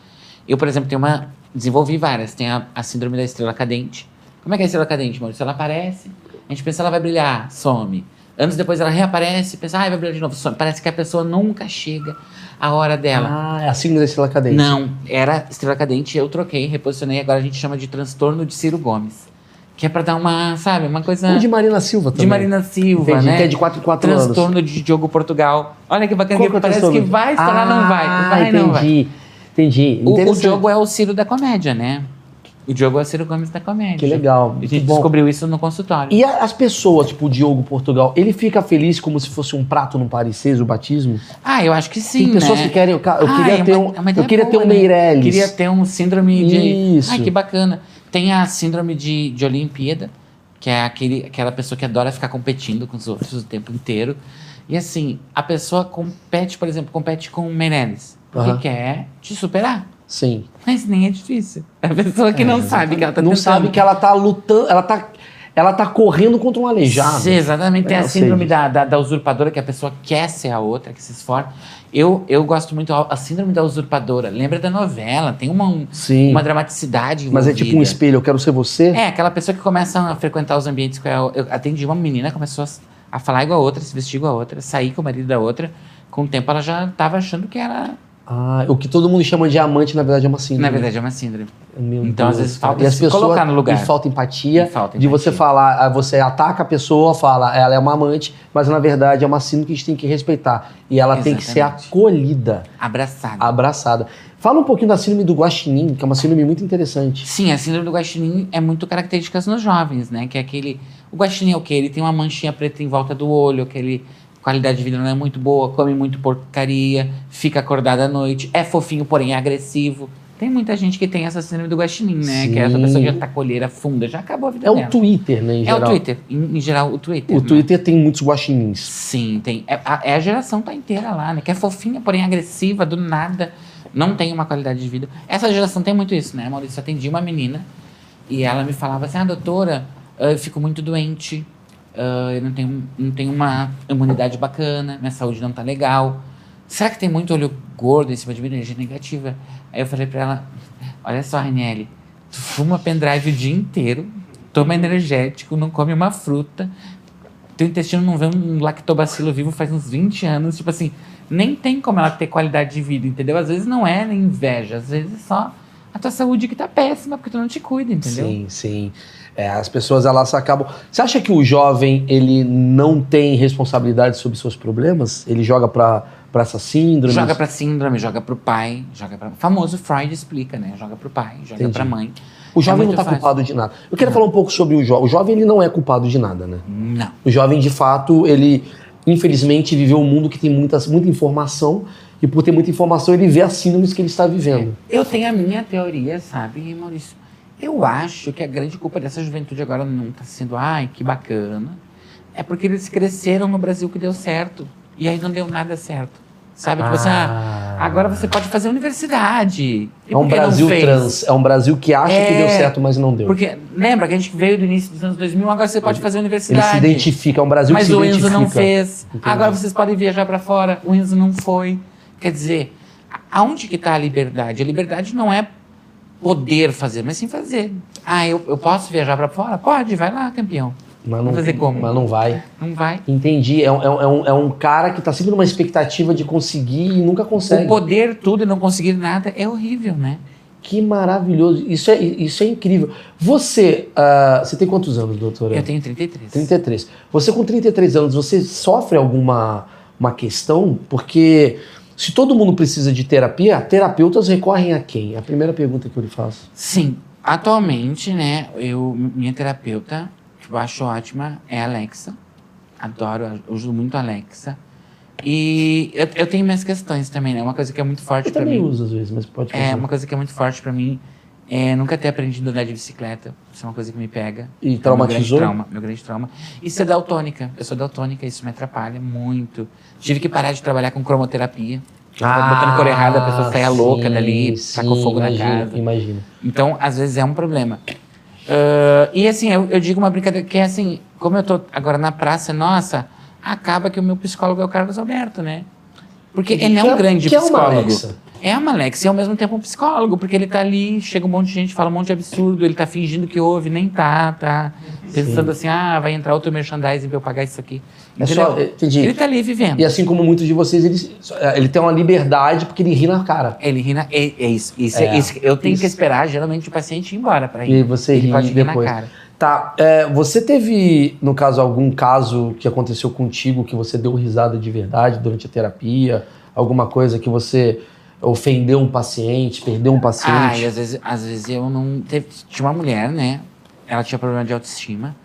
Eu, por exemplo, tenho uma. Desenvolvi várias. Tem a, a síndrome da estrela cadente. Como é que é a estrela cadente, Maurício? Ela aparece, a gente pensa ela vai brilhar, some. Anos depois ela reaparece, pensa, ah, vai brilhar de novo, some. Parece que a pessoa nunca chega à hora dela. Ah, é a síndrome da estrela cadente. Não, era estrela cadente, eu troquei, reposicionei, agora a gente chama de transtorno de Ciro Gomes. Que é pra dar uma, sabe, uma coisa O de de, Marina Silva também. Marina Silva, Entendi, né? que é de 4 4 anos. transtorno de Diogo Portugal. Olha que bacana, Qual que é o parece transtorno? que vai estourar, Ah, tá não vai. Vai, entendi. não vai. Entendi. O, o Interessante. Diogo é o Ciro da comédia, né? O Diogo é o Ciro Gomes da comédia. Que legal. A muito gente bom. descobriu isso no consultório. E a- as pessoas, tipo o Diogo Portugal, ele fica feliz como se fosse um prato num parecer, o batismo? Ah, eu acho que sim, Tem pessoas né? que querem. Eu, ca- eu Ah, queria é ter uma- um, é uma eu ideia queria ter boa, um né? Meirelles. Queria ter um síndrome de. Isso. Ai, que bacana. Tem a síndrome de, de Olimpíada, que é aquele, aquela pessoa que adora ficar competindo com os outros o tempo inteiro. E assim, a pessoa compete, por exemplo, compete com o Meirelles. Porque Aham. quer te superar. Sim. Mas nem é difícil. É a pessoa que não sabe que ela tá não tentando. sabe que ela tá lutando, ela tá ela tá correndo contra um aleijado. Sim, exatamente. Tem É, a eu sei síndrome disso. da, da, da usurpadora, que a pessoa quer ser a outra, que se esforça. Eu, eu gosto muito a, a síndrome da usurpadora. Lembra da novela? Tem uma, um- Sim. uma dramaticidade Mas é tipo um envolvida. espelho, eu quero ser você. É, aquela pessoa que começa a frequentar os ambientes com ela. Eu atendi uma menina, começou a, s- a falar igual a outra, se vestir igual a outra, sair com o marido da outra. Com o tempo ela já tava achando que era, Ah, o que todo mundo chama de amante, na verdade, é uma síndrome. na verdade, é uma síndrome. Meu Então, às vezes, cara. falta e as se pessoas- colocar no lugar. E falta empatia. E falta De você empatia. falar, ah, você ataca a pessoa, fala, ela é uma amante, mas na verdade é uma síndrome que a gente tem que respeitar. E ela tem que ser Exatamente. acolhida, Abraçada. abraçada. Fala um pouquinho da síndrome do guaxinim, que é uma síndrome muito interessante. Sim, a síndrome do guaxinim é muito característica nos jovens, né? Que é aquele... O guaxinim é o quê? Ele tem uma manchinha preta em volta do olho, aquele... Qualidade de vida não é muito boa, come muito porcaria, fica acordado à noite, é fofinho, porém é agressivo. Tem muita gente que tem essa síndrome do guaxinim, né? Que é essa Sim. pessoa que já tá colheira funda, já acabou a vida É dela. o Twitter, né, em É o geral. Twitter, em, em geral o Twitter. O né? Twitter tem muitos guaxinins. Sim, tem. É a, é a geração tá inteira lá, né? Que é fofinha, porém agressiva, do nada, não tem uma qualidade de vida. Essa geração tem muito isso, né, Maurício? Eu atendi uma menina e ela me falava assim: ah, doutora, ah, eu fico muito doente, ah, eu não tenho, não tenho uma imunidade bacana, minha saúde não tá legal. Será que tem muito olho gordo em cima de mim, energia negativa? Aí eu falei pra ela: olha só, Raniele, tu fuma pendrive o dia inteiro, toma energético, não come uma fruta, teu intestino não vê um lactobacilo vivo faz uns 20 anos, tipo assim, nem tem como ela ter qualidade de vida, entendeu? Às vezes não é nem inveja, às vezes é só a tua saúde que tá péssima porque tu não te cuida, entendeu? Sim, sim. É, as pessoas elas acabam. Você acha que o jovem ele não tem responsabilidade sobre seus problemas? Ele joga pra pra essa síndrome? Joga pra síndrome, joga pro pai, joga pra. Famoso Freud explica, né? Joga pro pai, joga Entendi. pra mãe. O jovem não é muito tá fácil. culpado de nada. Eu quero falar um pouco sobre o jovem. O jovem ele não é culpado de nada, né? Não. O jovem de fato ele infelizmente viveu um mundo que tem muita, muita informação e por ter muita informação ele vê as síndromes que ele está vivendo. Eu tenho a minha teoria, sabe, Maurício? Eu acho que a grande culpa dessa juventude agora não tá sendo, ai, que bacana. É porque eles cresceram no Brasil que deu certo. E aí não deu nada certo. Sabe? Tipo assim, ah, agora você pode fazer universidade. E é um por que não Brasil fez? trans, é um Brasil que acha que É. deu certo, mas não deu. Porque lembra que a gente veio do início dos anos 2000, agora você pode fazer ele universidade. se identifica, é um Brasil Mas que se o identifica. Enzo não fez. Entendi. Agora vocês podem viajar pra fora. O Enzo não foi. Quer dizer, a- aonde que tá a liberdade? A liberdade não é poder fazer, mas sim fazer. Ah, eu, eu posso viajar pra fora? Pode, vai lá, campeão. Mas não, Fazer como? mas não vai. Não vai. Entendi. É um, é um- é um, é um cara que tá sempre numa expectativa de conseguir e nunca consegue. O poder tudo e não conseguir nada é horrível, né? Que maravilhoso. Isso é, isso é incrível. Você, ah, você tem quantos anos, doutora? Eu tenho 33. 33. Você com 33 anos, você sofre alguma uma questão? Porque se todo mundo precisa de terapia, terapeutas recorrem a quem? É a primeira pergunta que eu lhe faço. Sim. Atualmente, né, eu, minha terapeuta, que eu acho ótima, é a Alexa. Adoro, eu uso muito a Alexa. E eu, eu tenho minhas questões também, né? Uma coisa que é muito forte Eu pra também mim. uso às vezes, mas pode É, continuar. uma coisa que é muito forte pra mim é nunca ter aprendido a andar de bicicleta. Isso é uma coisa que me pega. E Meu grande traumatizou? trauma, meu grande trauma. E ser daltônica. Eu sou daltônica, isso me atrapalha muito. Tive que parar de trabalhar com cromoterapia. botando cor errada, a pessoa saia louca dali, tacou fogo na Ah, imagino, casa. Imagino. Então, às vezes é um problema. Ah, e assim, eu, eu digo uma brincadeira que é assim, como eu tô agora na praça, nossa, acaba que o meu psicólogo é o Carlos Alberto, né? Porque ele é Que um grande que É uma psicólogo. Alexa. É uma Alex, e ao mesmo tempo um psicólogo, porque ele tá ali, chega um monte de gente, fala um monte de absurdo, ele tá fingindo que ouve, nem tá, tá pensando assim, ah, vai entrar outro merchandising pra eu pagar isso aqui. É só, Entendeu? entendi. Ele tá ali vivendo. E assim como muitos de vocês, ele, ele tem uma liberdade porque ele ri na cara. Ele ri na... É, é isso, isso, é É, isso. Eu tenho isso. que esperar, geralmente, o paciente ir embora pra E ir. você Ele ri pode rir depois. na cara. Tá, é, você teve, no caso, algum caso que aconteceu contigo que você deu risada de verdade durante a terapia? Alguma coisa que você ofendeu um paciente, perdeu um Ah, e paciente? às vezes, às vezes eu não. Teve, tinha uma mulher, né? Ela tinha problema de autoestima,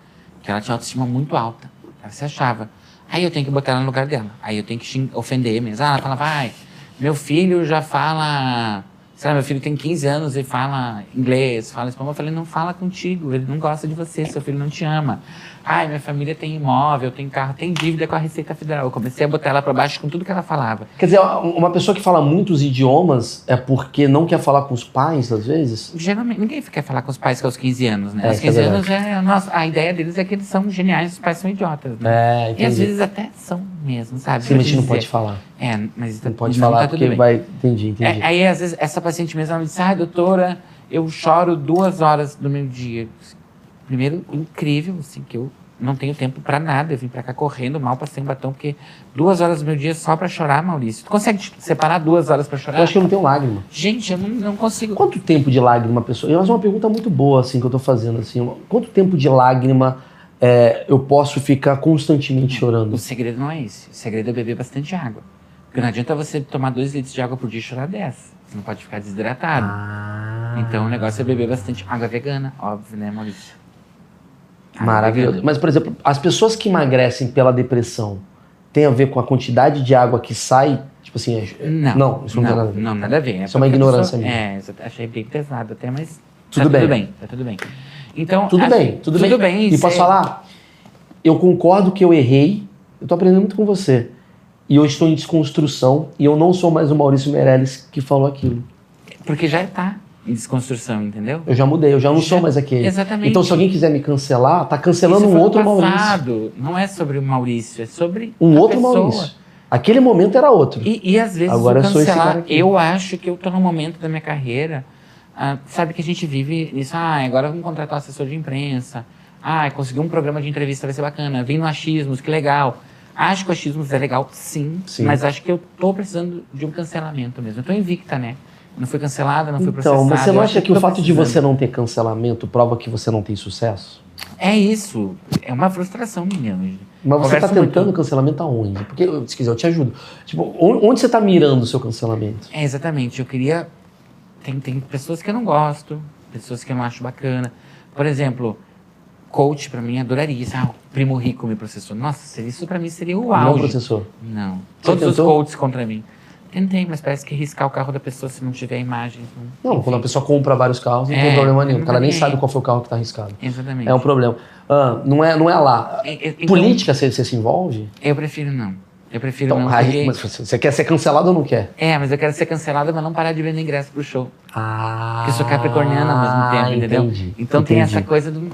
que ela tinha autoestima muito alta. Ela se achava. Aí eu tenho que botar ela no lugar dela. Aí eu tenho que xing- ofender mesmo. Ah, ela fala, vai, meu filho já fala Sabe, meu filho tem 15 anos e fala inglês, fala espanhol. Eu falei, não fala contigo, ele não gosta de você, seu filho não te ama. Ai, minha família tem imóvel, tem carro, tem dívida com a Receita Federal. Eu comecei a botar ela pra baixo com tudo que ela falava. Quer dizer, uma pessoa que fala muitos idiomas é porque não quer falar com os pais, às vezes? Geralmente, ninguém quer falar com os pais que aos 15 anos, né? É, aos isso é 15 anos, é, nossa, a ideia deles é que eles são geniais, os pais são idiotas, né? É, e às vezes até são mesmo, sabe? Sim, mas a gente não Vou pode te falar. dizer. É, mas Não pode não falar tá tudo porque bem. vai. Entendi, entendi. É, aí, às vezes, essa paciente mesmo, ela me disse, ai, doutora, eu choro duas horas do meu dia. Primeiro, incrível, assim, que eu não tenho tempo pra nada. Eu vim pra cá correndo, mal passei um batom, porque duas horas do meu dia é só pra chorar, Maurício. Tu consegue tipo, separar duas horas pra chorar? Eu acho que eu não tenho lágrima. Gente, eu não, não consigo. Quanto tempo de lágrima uma pessoa. Mas é uma pergunta muito boa, assim, que eu tô fazendo, assim. uma- Quanto tempo de lágrima é, eu posso ficar constantemente chorando? O segredo não é esse. O segredo é beber bastante água. Porque não adianta você tomar dois litros de água por dia e chorar dez. Você não pode ficar desidratado. Ah. Então o negócio é beber bastante água vegana, óbvio, né, Maurício? Água Maravilhoso. vegana. Mas, por exemplo, as pessoas que emagrecem pela depressão tem a ver com a quantidade de água que sai? Tipo assim, é- Não, Não, isso não tem nada a ver. não, nada a ver. né? Isso é uma porque a ignorância pessoa- minha. É, isso eu achei bem pesado até, mas Tudo tá bem. tudo bem, tá tudo bem. Então, Tudo a- bem, tudo, tudo bem. bem, E posso sei. falar? Eu concordo que eu errei, eu tô aprendendo muito com você. E eu estou em desconstrução e eu não sou mais o Maurício Meirelles que falou aquilo. porque já tá em desconstrução, entendeu? Eu já mudei, eu já não Já- sou mais aquele. Exatamente. Então, se alguém quiser me cancelar, tá cancelando Isso um foi no outro Maurício. passado, Não é sobre o Maurício, é sobre Um a outro pessoa. Maurício. Aquele momento era outro. E, e às vezes Agora eu eu sou esse cancelar, cara aqui. eu acho que eu tô num momento da minha carreira, ah, sabe que a gente vive nisso, ah, agora vamos contratar um assessor de imprensa, ah, consegui um programa de entrevista, vai ser bacana, vim no Achismos, que legal. Acho que o Achismos é legal, sim, Sim. mas acho que eu tô precisando de um cancelamento mesmo. Eu tô invicta, né? Não fui cancelada, não fui processada. Então, você não eu acha acho que o tô fato de precisando. você não ter cancelamento prova que você não tem sucesso? É isso, é uma frustração minha. Angela. Mas você está Converso muito. tentando cancelamento aonde? Porque, se quiser, eu te ajudo. Tipo, on- onde você está mirando o seu cancelamento? É, exatamente. Eu queria. Tem, tem pessoas que eu não gosto, pessoas que eu não acho bacana. Por exemplo, coach pra mim adoraria. isso. Ah, o primo rico me processou. Nossa, seria- isso pra mim seria o Não, auge. professor. Não. Você Todos os tentou? coaches contra mim. Tentei, mas parece que riscar o carro da pessoa se não tiver imagem. então, não- Não, quando a pessoa compra vários carros, não É, tem problema nenhum. não Porque ela nem tem. sabe qual foi o carro que está arriscado. Exatamente. É um problema. Ah, não, é, não é lá. É, é, então, Política, você, você se envolve? Eu prefiro não. Eu prefiro Então, não. é aí- porque- mas você você quer ser cancelado ou não quer? É, mas eu quero ser cancelada, mas não parar de vender ingresso pro show. Ah, Porque eu sou capricorniana ao mesmo tempo, entendeu? entendi, Então tem entendi. essa coisa do. Assim,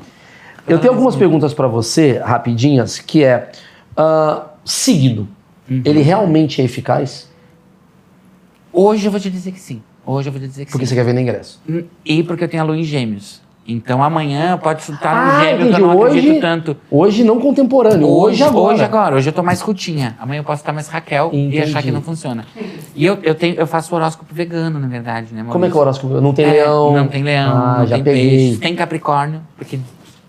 Eu tenho algumas perguntas pra você, rapidinhas, que é... ah, signo, Uhum. ele realmente é eficaz? Hoje eu vou te dizer que sim. Hoje eu vou te dizer que Porque sim. você quer vender ingresso. Hum, E porque eu tenho a lua em gêmeos. Então amanhã pode estar Ah, um gêmeo que entendi. eu não Hoje- acredito tanto. Hoje não contemporâneo, hoje, agora. Hoje agora. Hoje eu tô mais cutinha. Amanhã eu posso estar mais Raquel Entendi. e achar que não funciona. E eu, eu, tenho, eu faço horóscopo vegano, na verdade, né, Como é que é o Maurício? horóscopo? Não tem É, leão. Não tem leão, Ah, não já tem peguei. peixe. Tem capricórnio, porque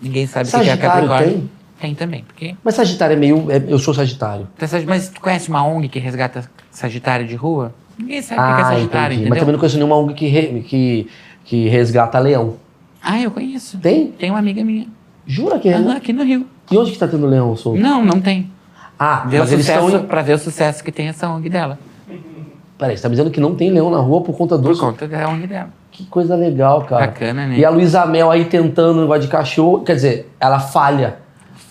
ninguém sabe o que é Sagitário capricórnio. tem? Tem também, porque... Mas Sagitário é meio. é- eu sou Sagitário. Tá, Sag- Mas tu conhece uma ONG que resgata Sagitário de rua? Ninguém sabe o que é ah, Sagitário, entendi. Mas entendeu? também não conheço nenhuma ONG que, re- que, que resgata leão. Ah, eu conheço. Tem? Tem uma amiga minha. Jura que é? Aham, aqui no Rio. E onde que tá tendo leão, Sou? Não, não tem. Ah, Deu mas eles sucesso estão. em- pra ver o sucesso que tem essa ONG dela. Peraí, você tá me dizendo que não tem leão na rua por conta do. Por conta da ONG dela. Que coisa legal, cara. Bacana, né? E a Luísa Mel aí tentando o negócio de cachorro. Quer dizer, ela falha.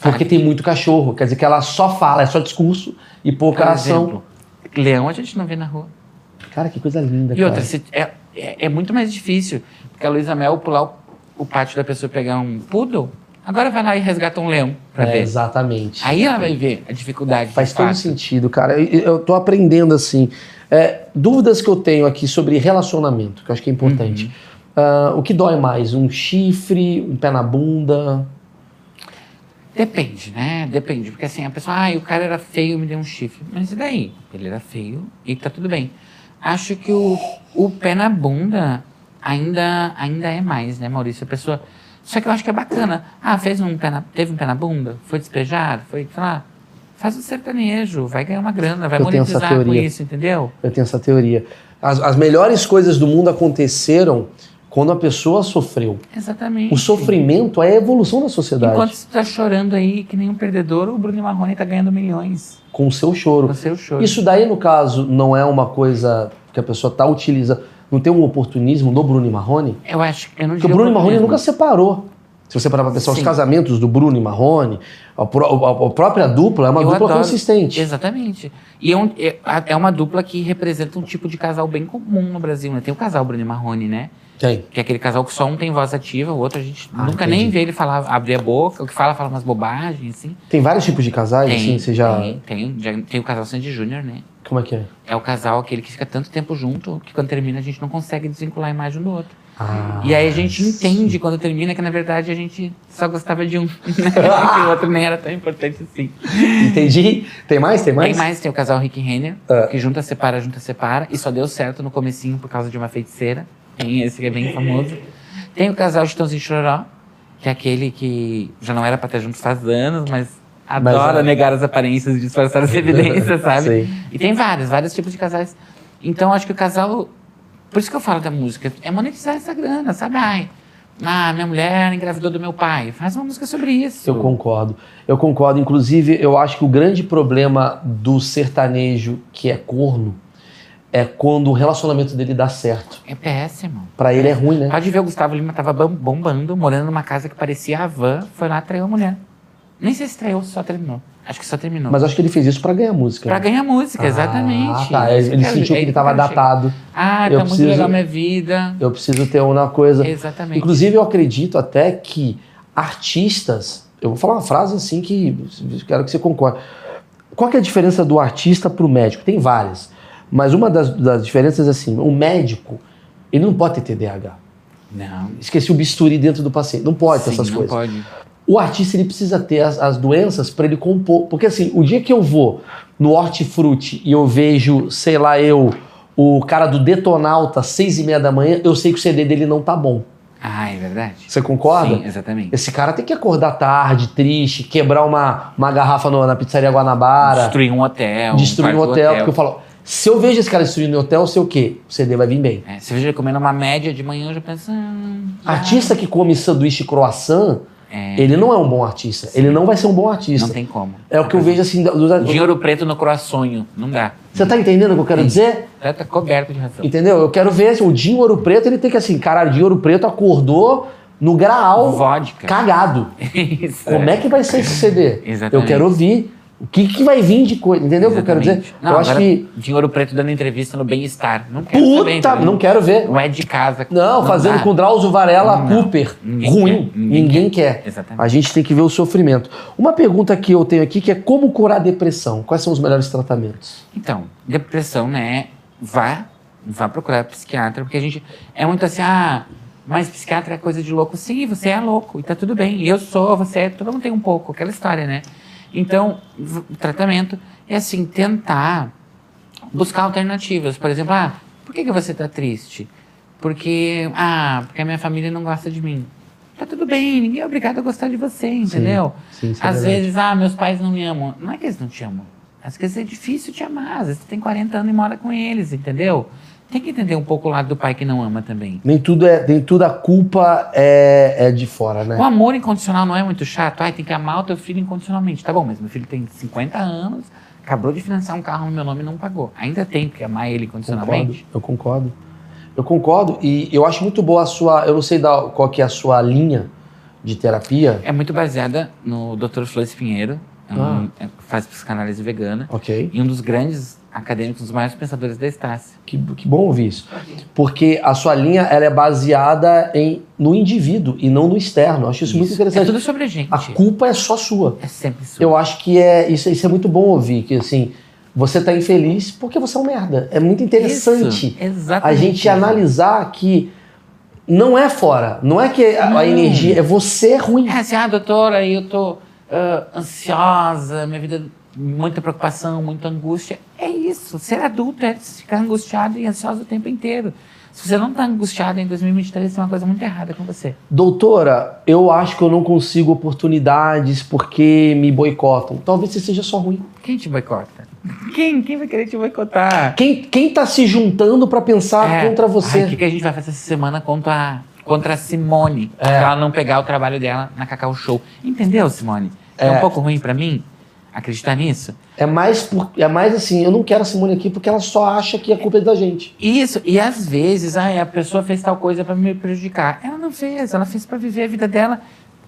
Porque tem muito cachorro. Quer dizer que ela só fala, é só discurso e pouca Por ação. exemplo, leão a gente não vê na rua. Cara, que coisa linda. E cara. outra, se- é, é, é muito mais difícil. Porque a Luísa Mel pular o, o pátio da pessoa e pegar um poodle, agora vai lá e resgata um leão pra É, ver. exatamente. Aí é ela vai ver a dificuldade. Faz de todo fato. sentido, cara. Eu, eu tô aprendendo assim. É, dúvidas que eu tenho aqui sobre relacionamento, que eu acho que é importante. Uhum. Ah, o que dói mais? Um chifre, um pé na bunda? Depende, né? Depende. Porque assim, a pessoa, ah, o cara era feio me deu um chifre. Mas e daí? Ele era feio e tá tudo bem. Acho que o, o pé na bunda ainda, ainda é mais, né, Maurício? A pessoa. Só que eu acho que é bacana. Ah, fez um pé na, teve um pé na bunda? Foi despejado? Foi, sei lá. Faz um sertanejo, vai ganhar uma grana, vai Eu tenho essa monetizar com teoria. isso, entendeu? Eu tenho essa teoria. As, as melhores coisas do mundo aconteceram quando a pessoa sofreu. Exatamente. O sofrimento é a evolução da sociedade. Enquanto você tá chorando aí, que nem um perdedor, o Bruno Marrone tá ganhando milhões. Com o seu choro. Você o choro. é Isso daí, no caso, não é uma coisa que a pessoa tá utilizando. Não tem um oportunismo do Bruno e Marrone? Eu acho que eu não Porque o diria Bruno e Marrone oportunismo. nunca separou. Se você parar pra pensar, os Sim. casamentos do Bruno e Marrone, a, pró- a- a própria dupla é uma Eu dupla adoro. consistente. Exatamente. E é, um- é- a- é uma dupla que representa um tipo de casal bem comum no Brasil, né? Tem o casal Bruno e Marrone, né? Tem. Que é aquele casal que só um tem voz ativa, o outro a gente Ah, nunca entendi. nem vê ele falar, abrir a boca. O que fala, fala umas bobagens, assim. Tem vários tipos de casais, assim, você já. tem, tem, já- tem o casal Sandy Júnior, né? Como é que é? É o casal aquele que fica tanto tempo junto que quando termina a gente não consegue desvincular a imagem um do outro. Ah, e aí a gente entende quando termina que na verdade a gente só gostava de um, né? que o outro nem era tão importante assim. Entendi. Tem mais? Tem mais? Tem mais, tem o casal Rick e Renner, Ah. que junta, separa, junta, separa, e só deu certo no comecinho por causa de uma feiticeira. Tem esse que é bem famoso. Tem o casal Chitãozinho e Chororó, que é aquele que já não era pra estar junto faz anos, mas adora é. negar as aparências e disfarçar as evidências, sabe? Ah, Sei. E tem vários, vários tipos de casais. Então acho que o casal. Por isso que eu falo da música. É monetizar essa grana, sabe? Ai, ah, minha mulher engravidou do meu pai. Faz uma música sobre isso. Eu concordo. Eu concordo. Inclusive, eu acho que o grande problema do sertanejo que é corno é quando o relacionamento dele dá certo. É péssimo. Pra ele é ruim, né? Pode ver, o Gustavo Lima tava bam- bombando, morando numa casa que parecia a van, foi lá traiu a mulher. Nem sei se traiu, só terminou. Acho que só terminou. Mas acho que ele fez isso pra ganhar música. pra né? ganhar música, exatamente. Ah, tá. Ele, ele É, sentiu que é, ele tava cara, chega. datado. Ah, Eu tá muito preciso- legal minha vida. Eu preciso ter uma coisa. Exatamente. Inclusive, eu acredito até que artistas. Eu vou falar uma frase assim que quero que você concorde. Qual que é a diferença do artista pro médico? Tem várias. Mas uma das, das diferenças é assim: o médico, ele não pode ter TDAH. Não. Esqueci o bisturi dentro do paciente. Não pode ter Sim, essas não coisas. Pode. O artista, ele precisa ter as, as doenças para ele compor. Porque assim, o dia que eu vou no Hortifruti e eu vejo, sei lá, eu, o cara do Detonauta, às seis e meia da manhã, eu sei que o CD dele não tá bom. Ah, é verdade? Você concorda? Sim, é exatamente. Esse cara tem que acordar tarde, triste, quebrar uma, uma garrafa no- na pizzaria Guanabara, Destruir um hotel. destruir um quarto hotel, Porque eu falo, se eu vejo esse cara destruindo um hotel, eu sei o quê? O CD vai vir bem. É, você veja comendo uma média de manhã, eu já penso. "Hum, já." Artista que come sanduíche e croissant, É, ele não é um bom artista. Ele não vai ser um bom artista. não tem como. É o que eu vejo assim. dos- O Dinheiro preto no croissonho. Não dá. Você tá entendendo o que eu quero dizer? Tá, tá coberto de razão. Entendeu? Eu quero ver assim, o Dinho Ouro Preto, ele tem que assim, caralho, Dinho Ouro Preto acordou no graal Vodka. cagado. Isso, Como é que vai ser esse CD? Exatamente. Eu quero ouvir. O que, que vai vir de coisa? Entendeu é o que eu quero dizer? Exatamente. Não, eu acho agora, que. Dinheiro preto dando entrevista no bem-estar. Não quero saber, Puta! entendeu? Não quero ver. Não é de casa. Não, fazendo dá. com Drauzio Varela Não. Cooper. Ninguém Ruim. quer. Ninguém, Ninguém quer. Exatamente. A gente tem que ver o sofrimento. Uma pergunta que eu tenho aqui que é como curar a depressão? Quais são os melhores tratamentos? Então, depressão, né? Vá, vá procurar psiquiatra, porque a gente é muito assim, ah, mas psiquiatra é coisa de louco. Sim, você é louco e tá tudo bem. E eu sou, você é, todo mundo tem um pouco, aquela história, né? Então, v- o tratamento é assim, tentar buscar alternativas. Por exemplo, ah, por que, que você tá triste? Porque, ah, porque a minha família não gosta de mim. Tá tudo bem, ninguém é obrigado a gostar de você, entendeu? Sim, isso é Às verdade. vezes, ah, meus pais não me amam. Não é que eles não te amam. Às vezes é difícil te amar. Às vezes você tem 40 anos e mora com eles, entendeu? Tem que entender um pouco o lado do pai que não ama também. Nem tudo é, nem tudo a culpa é, é de fora, O né? amor incondicional não é muito chato? Ai, tem que amar o teu filho incondicionalmente. Tá bom, mas meu filho tem 50 anos, acabou de financiar um carro no meu nome e não pagou. Ainda tem que amar ele Concordo, incondicionalmente? eu concordo. Eu concordo e eu acho muito boa a sua, eu não sei da, qual que é a sua linha de terapia. É muito baseada no Dr. Flores Pinheiro, é Ah. um- é- faz psicanálise vegana, OK? e um dos grandes acadêmicos, um dos maiores pensadores da Estácio. Que, que bom ouvir isso. Porque a sua linha ela é baseada em no indivíduo e não no externo. Eu acho isso, muito É interessante. tudo sobre a gente. A culpa é só sua. É sempre sobre Eu acho que é isso, isso é muito bom ouvir que assim, você tá infeliz porque você é um merda. É muito interessante. Isso, exatamente. a gente analisar que não é fora, não é que a, a Não. energia é você ruim. É assim, ah, doutora, eu tô ah, ansiosa, minha vida, muita preocupação, muita angústia. É isso. Ser adulto é ficar angustiado e ansioso o tempo inteiro. Se você não tá angustiado em 2023, tem uma coisa muito errada com você. Doutora, eu acho que eu não consigo oportunidades porque me boicotam. Talvez você seja só ruim. Quem te boicota? Quem? Quem vai querer te boicotar? Quem, quem tá se juntando pra pensar É. Ah, contra você? Ai, O que, que a gente vai fazer essa semana contra a, contra a Simone? Pra ela não pegar o trabalho dela na Cacau Show. Entendeu, Simone? É, um pouco É ruim pra mim. acreditar nisso. É mais, por- é mais assim, eu não quero a Simone aqui porque ela só acha que a culpa é da gente. Isso, e às vezes, ai, a pessoa fez tal coisa pra me prejudicar. Ela não fez, ela fez pra viver a vida dela.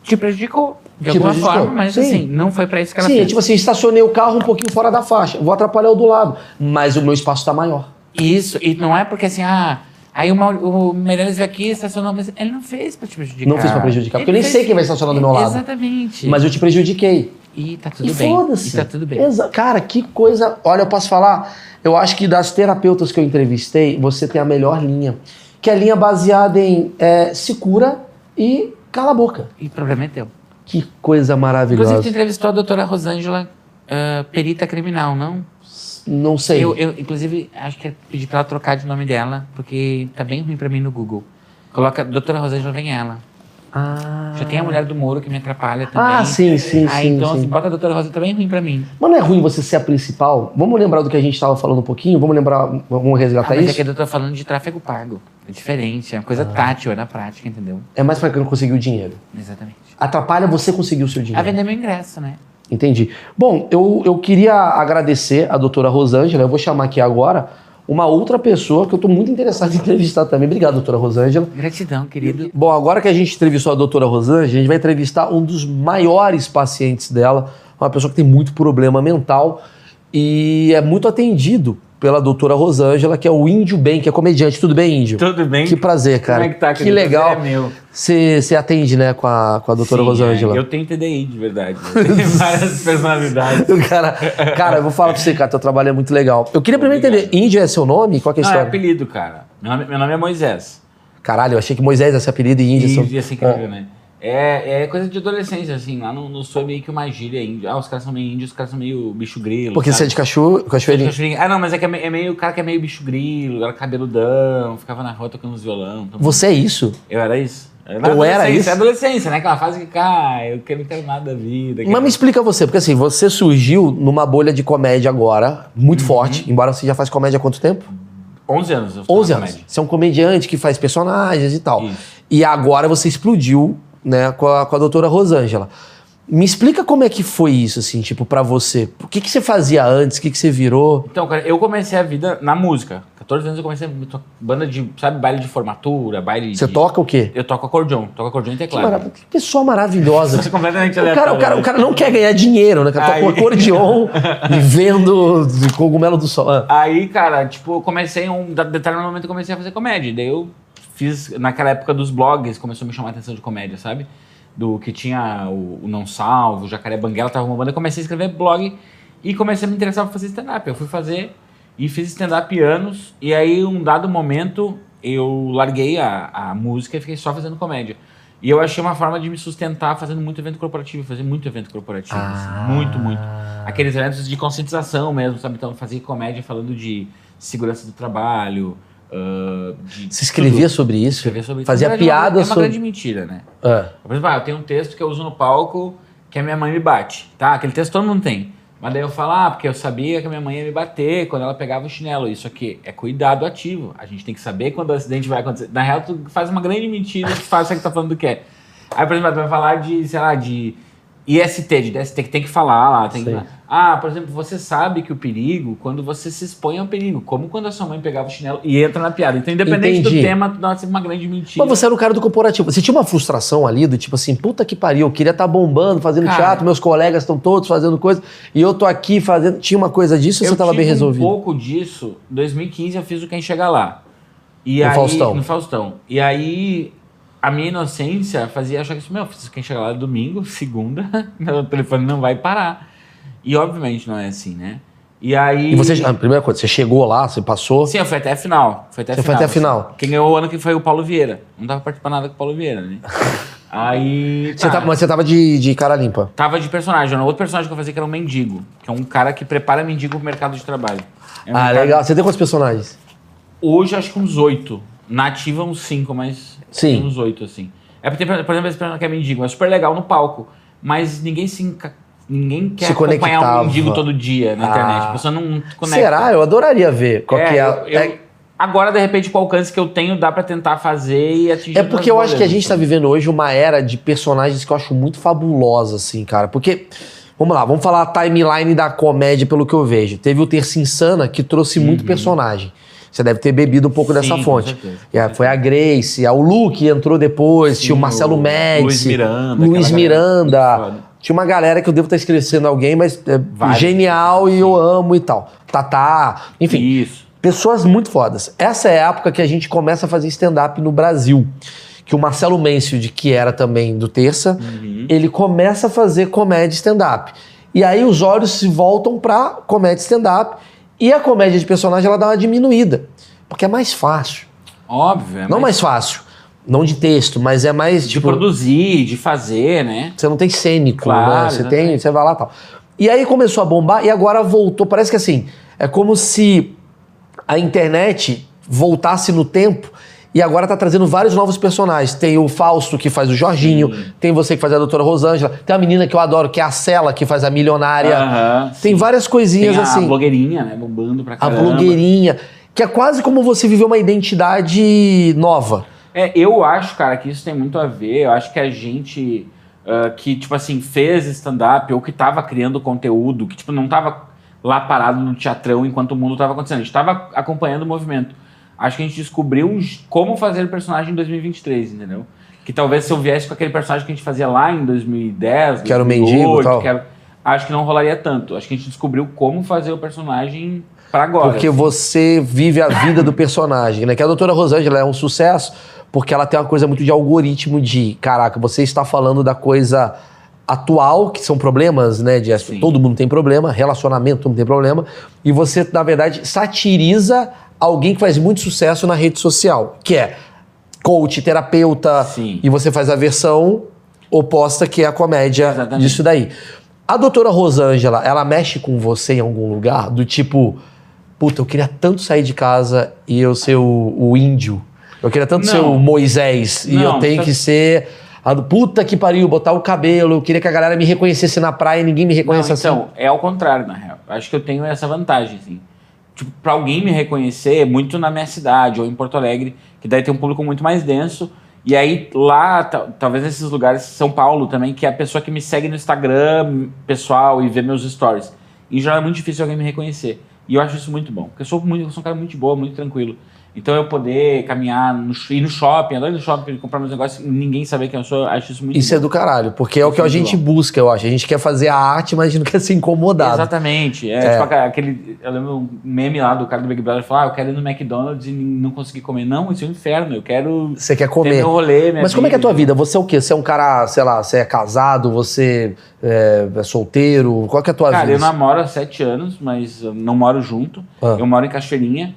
Te prejudicou, de Te alguma prejudicou, forma, mas sim. assim, não foi pra isso que ela Sim, é fez. tipo assim, estacionei o carro um pouquinho fora da faixa, vou atrapalhar o do lado, mas o meu espaço tá maior. Isso, e não é porque assim, ah, aí o, Maur- o Meirelles veio aqui, estacionou, mas ele não fez pra te prejudicar. Não fez pra prejudicar, porque eu Ele nem fez- sei quem vai estacionar do meu lado. Exatamente. Mas eu te prejudiquei. E tá tudo E bem. foda-se. E tá tudo bem. Exa- Cara, que coisa. Olha, eu posso falar. Eu acho que das terapeutas que eu entrevistei, você tem a melhor linha. Que é a linha baseada em é, se cura e cala a boca. E o problema é teu. Que coisa Inclusive, tu maravilhosa. entrevistou a doutora Rosângela, ah, perita criminal, não? Não sei. Eu, eu, inclusive, acho que eu pedi pra ela trocar de nome dela, porque tá bem ruim pra mim no Google. Coloca doutora Rosângela, vem ela. Ah. Já tem a mulher do Moro que me atrapalha também. Ah, sim, sim, Aí, sim. então, sim. assim, bota a doutora Rosa, tá bem ruim pra mim. Mas não é ruim você ser a principal? Vamos lembrar do que a gente estava falando um pouquinho? Vamos lembrar, vamos Ah, resgatar mas é isso? Ah. que eu tô falando de tráfego pago. É diferente, é uma coisa tátil, é na prática, entendeu? É mais para quem conseguiu o dinheiro. Exatamente. Atrapalha você conseguir o seu A dinheiro. vender meu ingresso, né? Entendi. Bom, eu, eu queria agradecer a doutora Rosângela, eu vou chamar aqui agora uma outra pessoa que eu estou muito interessado em entrevistar também. Obrigado, doutora Rosângela. Gratidão, querido. Bom, agora que a gente entrevistou a doutora Rosângela, a gente vai entrevistar um dos maiores pacientes dela, uma pessoa que tem muito problema mental e é muito atendido pela doutora Rosângela, que é o Índio Bem, que é comediante. Tudo bem, Índio? Tudo bem? Que prazer, cara. Como é que tá, que querido? legal. Prazer É meu. Você você atende, né, com a, com a doutora Sim, Rosângela. é, eu tenho TDI, de verdade. Eu tenho várias personalidades. O cara, cara, eu vou falar pra você, cara, teu trabalho é muito legal. Eu queria primeiro Obrigado. entender, índio é seu nome? Qual que é a Não, é história? apelido, cara. Meu nome, meu nome é Moisés. Caralho, eu achei que Moisés é esse apelido e índio. são- E assim que eu né? É, é coisa de adolescência, assim. Lá no, no sul é meio que uma gíria índia. Ah, os caras são meio índios, os caras são meio bicho grilo. Porque você é sabe? de cacho... cachoeirinho. Cachoeirinha. Ah, não, mas é que é me- é meio, o cara que é meio bicho grilo, era cabeludão, ficava na rua tocando uns violão. tocando- Você é isso? Eu era isso. Eu Ou era adolescência, isso? É adolescência, né? Aquela fase que, cara, eu que- não quero nada da vida. Mas me explica você, porque assim, você surgiu numa bolha de comédia agora, muito Uhum. forte, embora você já faz comédia há quanto tempo? 11 anos. eu tô na 11 anos. comédia. Você é um comediante que faz personagens e tal. Isso. E agora você explodiu, né, com a, com a doutora Rosângela. Me explica como é que foi isso, assim, tipo, pra você. O que, que você fazia antes? O que, que você virou? Então, cara, eu comecei a vida na música. 14 anos eu comecei a to- banda de, sabe, baile de formatura, baile Você de... toca o quê? Eu toco acordeon, toco acordeon e Que, teclado. mara... que pessoa maravilhosa. Isso é completamente O cara, o, cara, o cara não quer ganhar dinheiro, né? Cara, toca Aí. um acordeon e vendo cogumelo do sol. Ah, Aí, cara, tipo, eu comecei um da- determinado momento eu comecei a fazer comédia. Daí eu fiz, naquela época dos blogs, começou a me chamar a atenção de comédia, sabe? Do que tinha o, o Não Salvo, o Jacaré Banguela, tava uma banda. Eu comecei a escrever blog e comecei a me interessar por fazer stand-up. Eu fui fazer e fiz stand-up anos. E aí, um dado momento, eu larguei a, a música e fiquei só fazendo comédia. E eu achei uma forma de me sustentar fazendo muito evento corporativo, fazer muito evento corporativo. Ah. assim, muito, muito aqueles eventos de conscientização mesmo, sabe? Então, fazer comédia falando de segurança do trabalho, ah, de Você escrevia tudo. sobre isso? Escrever sobre isso. Fazia Na verdade, é uma- piada É uma sobre- grande mentira, né? Ah, Por exemplo, ah, eu tenho um texto que eu uso no palco que a minha mãe me bate, tá? Aquele texto todo mundo tem. Mas daí eu falo, ah, porque eu sabia que a minha mãe ia me bater quando ela pegava o chinelo. Isso aqui é cuidado ativo. A gente tem que saber quando o acidente vai acontecer. Na real, tu faz uma grande mentira que faz que tá falando do que é. Aí, por exemplo, tu vai falar de, sei lá, de IST, de DST, que tem que falar lá. Tem que... Sei. Ah, por exemplo, você sabe que o perigo, quando você se expõe ao perigo, como quando a sua mãe pegava o chinelo e entra na piada. Então, independente Entendi. do tema, tu dá uma grande mentira. Mas você era o cara do corporativo. Você tinha uma frustração ali do tipo assim, puta que pariu, eu queria estar bombando, fazendo Cara. teatro, meus colegas estão todos fazendo coisa, e eu tô aqui fazendo. Tinha uma coisa disso ou Então você tava tive bem resolvido? um pouco disso. 2015 eu fiz o Quem Chega Lá. E No aí, Faustão. No Faustão. E aí, a minha inocência fazia achar que isso, meu, fiz o Quem Chega Lá domingo, segunda, meu telefone não vai parar. E obviamente não é assim, né? E aí... E você. A primeira coisa, você chegou lá, você passou. Sim, eu fui até a final. Foi até Você a foi final. até a final. Quem ganhou o ano que foi o Paulo Vieira. Não dava pra participar nada com o Paulo Vieira, né? Aí... Você tá. tava, mas você tava de, de cara limpa. Tava de personagem. Era outro personagem que eu fazia que era um mendigo. Que é um cara que prepara mendigo pro mercado de trabalho. É um ah, cara- legal. Você tem quantos personagens? Hoje acho que uns oito. Na ativa uns cinco, mas Sim. tem uns oito, assim. É porque, tem, por exemplo, esse programa que é mendigo, é super legal no palco, mas ninguém se enca- ninguém quer Se acompanhar conectava. um mendigo todo dia na Ah. internet. A pessoa não conecta. Será? Eu adoraria ver qual É, que é. a- eu- eu- é- Agora, de repente, com o alcance que eu tenho, dá pra tentar fazer e né? atingir. É porque eu acho que a gente tá vivendo hoje uma era de personagens que eu acho muito fabulosa, assim, cara. Porque Vamos lá, vamos falar a timeline da comédia, pelo que eu vejo. Teve o Terça Insana, que trouxe muito personagem. Você deve ter bebido um pouco Uhum. Sim, dessa com fonte. certeza. E aí foi a Grace, a- o Luke entrou depois, tinha o Marcelo Médici. Luiz Miranda. Luiz aquela galera. Miranda. Foda. Tinha uma galera que eu devo estar esquecendo alguém, mas é Vários. genial e eu amo e tal. Tatá, enfim. Isso. Pessoas muito fodas. Essa é a época que a gente começa a fazer stand-up no Brasil. Que o Marcelo Mansfield, que era também do Terça, Uhum. ele começa a fazer comédia stand-up. E aí os olhos se voltam pra comédia stand-up. E a comédia de personagem, ela dá uma diminuída. Porque é mais fácil. Óbvio. É não mais fácil. Não de texto, mas é mais, de tipo... produzir, de fazer, né? Você não tem cênico, Claro, né? Você exatamente. tem, você vai lá e tal. E aí começou a bombar e agora voltou. Parece que assim, é como se a internet voltasse no tempo e agora tá trazendo vários novos personagens. Tem o Fausto que faz o Jorginho, tem você que faz a doutora Rosângela, tem a menina que eu adoro, que é a Cela, que faz a milionária. Aham, tem Ah, sim. várias coisinhas Tem a assim. blogueirinha, né? Bombando pra A caramba. blogueirinha, que é quase como você viver uma identidade nova. É, eu acho, cara, que isso tem muito a ver. Eu acho que a gente ah, que, tipo assim, fez stand-up ou que tava criando conteúdo, que, tipo, não tava lá parado no teatrão enquanto o mundo tava acontecendo. A gente tava acompanhando o movimento. Acho que a gente descobriu um j- como fazer o personagem em 2023, entendeu? Que talvez se eu viesse com aquele personagem que a gente fazia lá em 2010, Que era o 2008, mendigo e tal. que era- acho que não rolaria tanto. Acho que a gente descobriu como fazer o personagem pra agora. Porque você vive a vida do personagem, né? Que a doutora Rosângela é um sucesso porque ela tem uma coisa muito de algoritmo de, caraca, você está falando da coisa atual, que são problemas, né? De, Sim. todo mundo tem problema, relacionamento, todo mundo tem problema. E você, na verdade, satiriza alguém que faz muito sucesso na rede social, que é coach, terapeuta, Sim. e você faz a versão oposta, que é a comédia Exatamente. disso daí. A doutora Rosângela, ela mexe com você em algum lugar? Do tipo, puta, eu queria tanto sair de casa e eu ser o, o índio. Eu queria tanto Não. ser o Moisés e Não, eu tenho tá- que ser. A do puta que pariu, botar o cabelo. Eu queria que a galera me reconhecesse na praia e ninguém me Não, reconhece assim. então, é ao contrário, na real. Acho que eu tenho essa vantagem, assim. Tipo, pra alguém me reconhecer, é muito na minha cidade ou em Porto Alegre, que daí tem um público muito mais denso. E aí, lá, ta- talvez nesses lugares, São Paulo também, que é a pessoa que me segue no Instagram pessoal e vê meus stories. Em geral, é muito difícil alguém me reconhecer. E eu acho isso muito bom, porque eu sou, muito, eu sou um cara muito de boa, muito tranquilo. Então, eu poder caminhar, no, sh- ir no shopping, andar no shopping, comprar meus negócios, e ninguém saber quem eu sou, eu acho isso muito Isso bom. é do caralho, porque é o que a gente Individual. busca, eu acho. A gente quer fazer a arte, mas a gente não quer ser incomodado. Exatamente. É, tipo aca- aquele. Eu lembro um meme lá do cara do Big Brother falar: ah, eu quero ir no McDonald's e não conseguir comer. Não, isso é um inferno. Eu quero Você quer ter comer. meu rolê. Minha Mas como é que é a tua vida? Você é o quê? Você é um cara, sei lá, você é casado, você é, é solteiro? Qual que é a tua Cara, vida? eu namoro há sete anos, mas eu não moro junto. Ah. Eu moro em Cachoeirinha.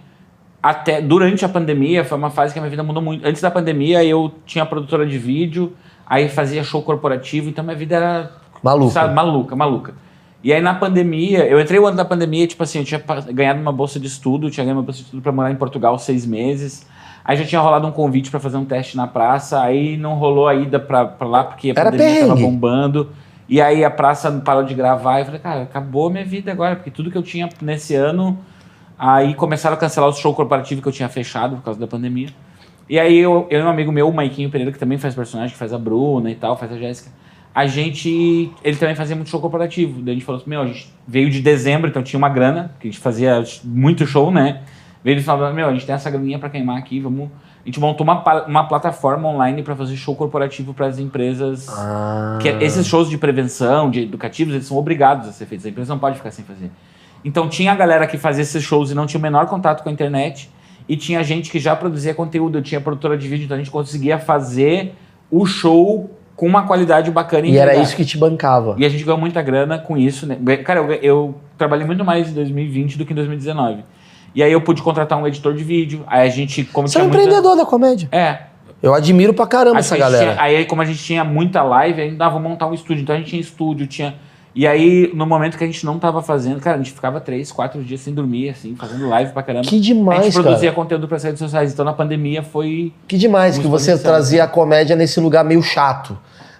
Até durante a pandemia foi uma fase que a minha vida mudou muito. Antes da pandemia eu tinha produtora de vídeo, aí fazia show corporativo, então minha vida era Maluco. Sabe, maluca, maluca. E aí na pandemia, eu entrei o ano da pandemia, tipo assim, eu tinha pa- ganhado uma bolsa de estudo, eu tinha ganhado uma bolsa de estudo pra morar em Portugal seis meses. Aí já tinha rolado um convite pra fazer um teste na praça, aí não rolou a ida pra, pra lá porque a Era pandemia tava perrengue. bombando. E aí a praça parou de gravar, e eu falei, cara, acabou a minha vida agora, porque tudo que eu tinha nesse ano, aí começaram a cancelar o show corporativo que eu tinha fechado por causa da pandemia. E aí eu, eu e um amigo meu, o Maiquinho Pereira, que também faz personagem, que faz a Bruna e tal, faz a Jéssica. A gente. Ele também fazia muito show corporativo. Daí a gente falou assim: meu, a gente veio de dezembro, então tinha uma grana, que a gente fazia muito show, né? Veio do final do ano, meu, a gente tem essa graninha pra queimar aqui, vamos. A gente montou uma, pa- uma plataforma online pra fazer show corporativo pras empresas. Ah. Que é esses shows de prevenção, de educativos, eles são obrigados a ser feitos. A empresa não pode ficar sem fazer. Então tinha a galera que fazia esses shows e não tinha o menor contato com a internet. E tinha gente que já produzia conteúdo, eu tinha produtora de vídeo, então a gente conseguia fazer o show com uma qualidade bacana E era entregar. isso que te bancava. E é a gente ganhou muita grana com isso, né? Ganhei- Cara, eu, ganhei- eu trabalhei muito mais em 2020 do que em 2019. E aí eu pude contratar um editor de vídeo. Aí a gente, como Você é um tinha muita- empreendedor da comédia. É, Eu admiro pra caramba Aí essa a gente é galera. tinha- aí, como a gente tinha muita live, aí dava montar um estúdio. Então a gente tinha estúdio, tinha. E aí, no momento que a gente não tava fazendo, cara, a gente ficava três, quatro dias sem dormir, assim, fazendo live pra caramba. Que a gente demais, produzia cara. conteúdo pras redes sociais. Então na pandemia foi. Que demais que Muito você produção. trazia a comédia nesse lugar meio chato.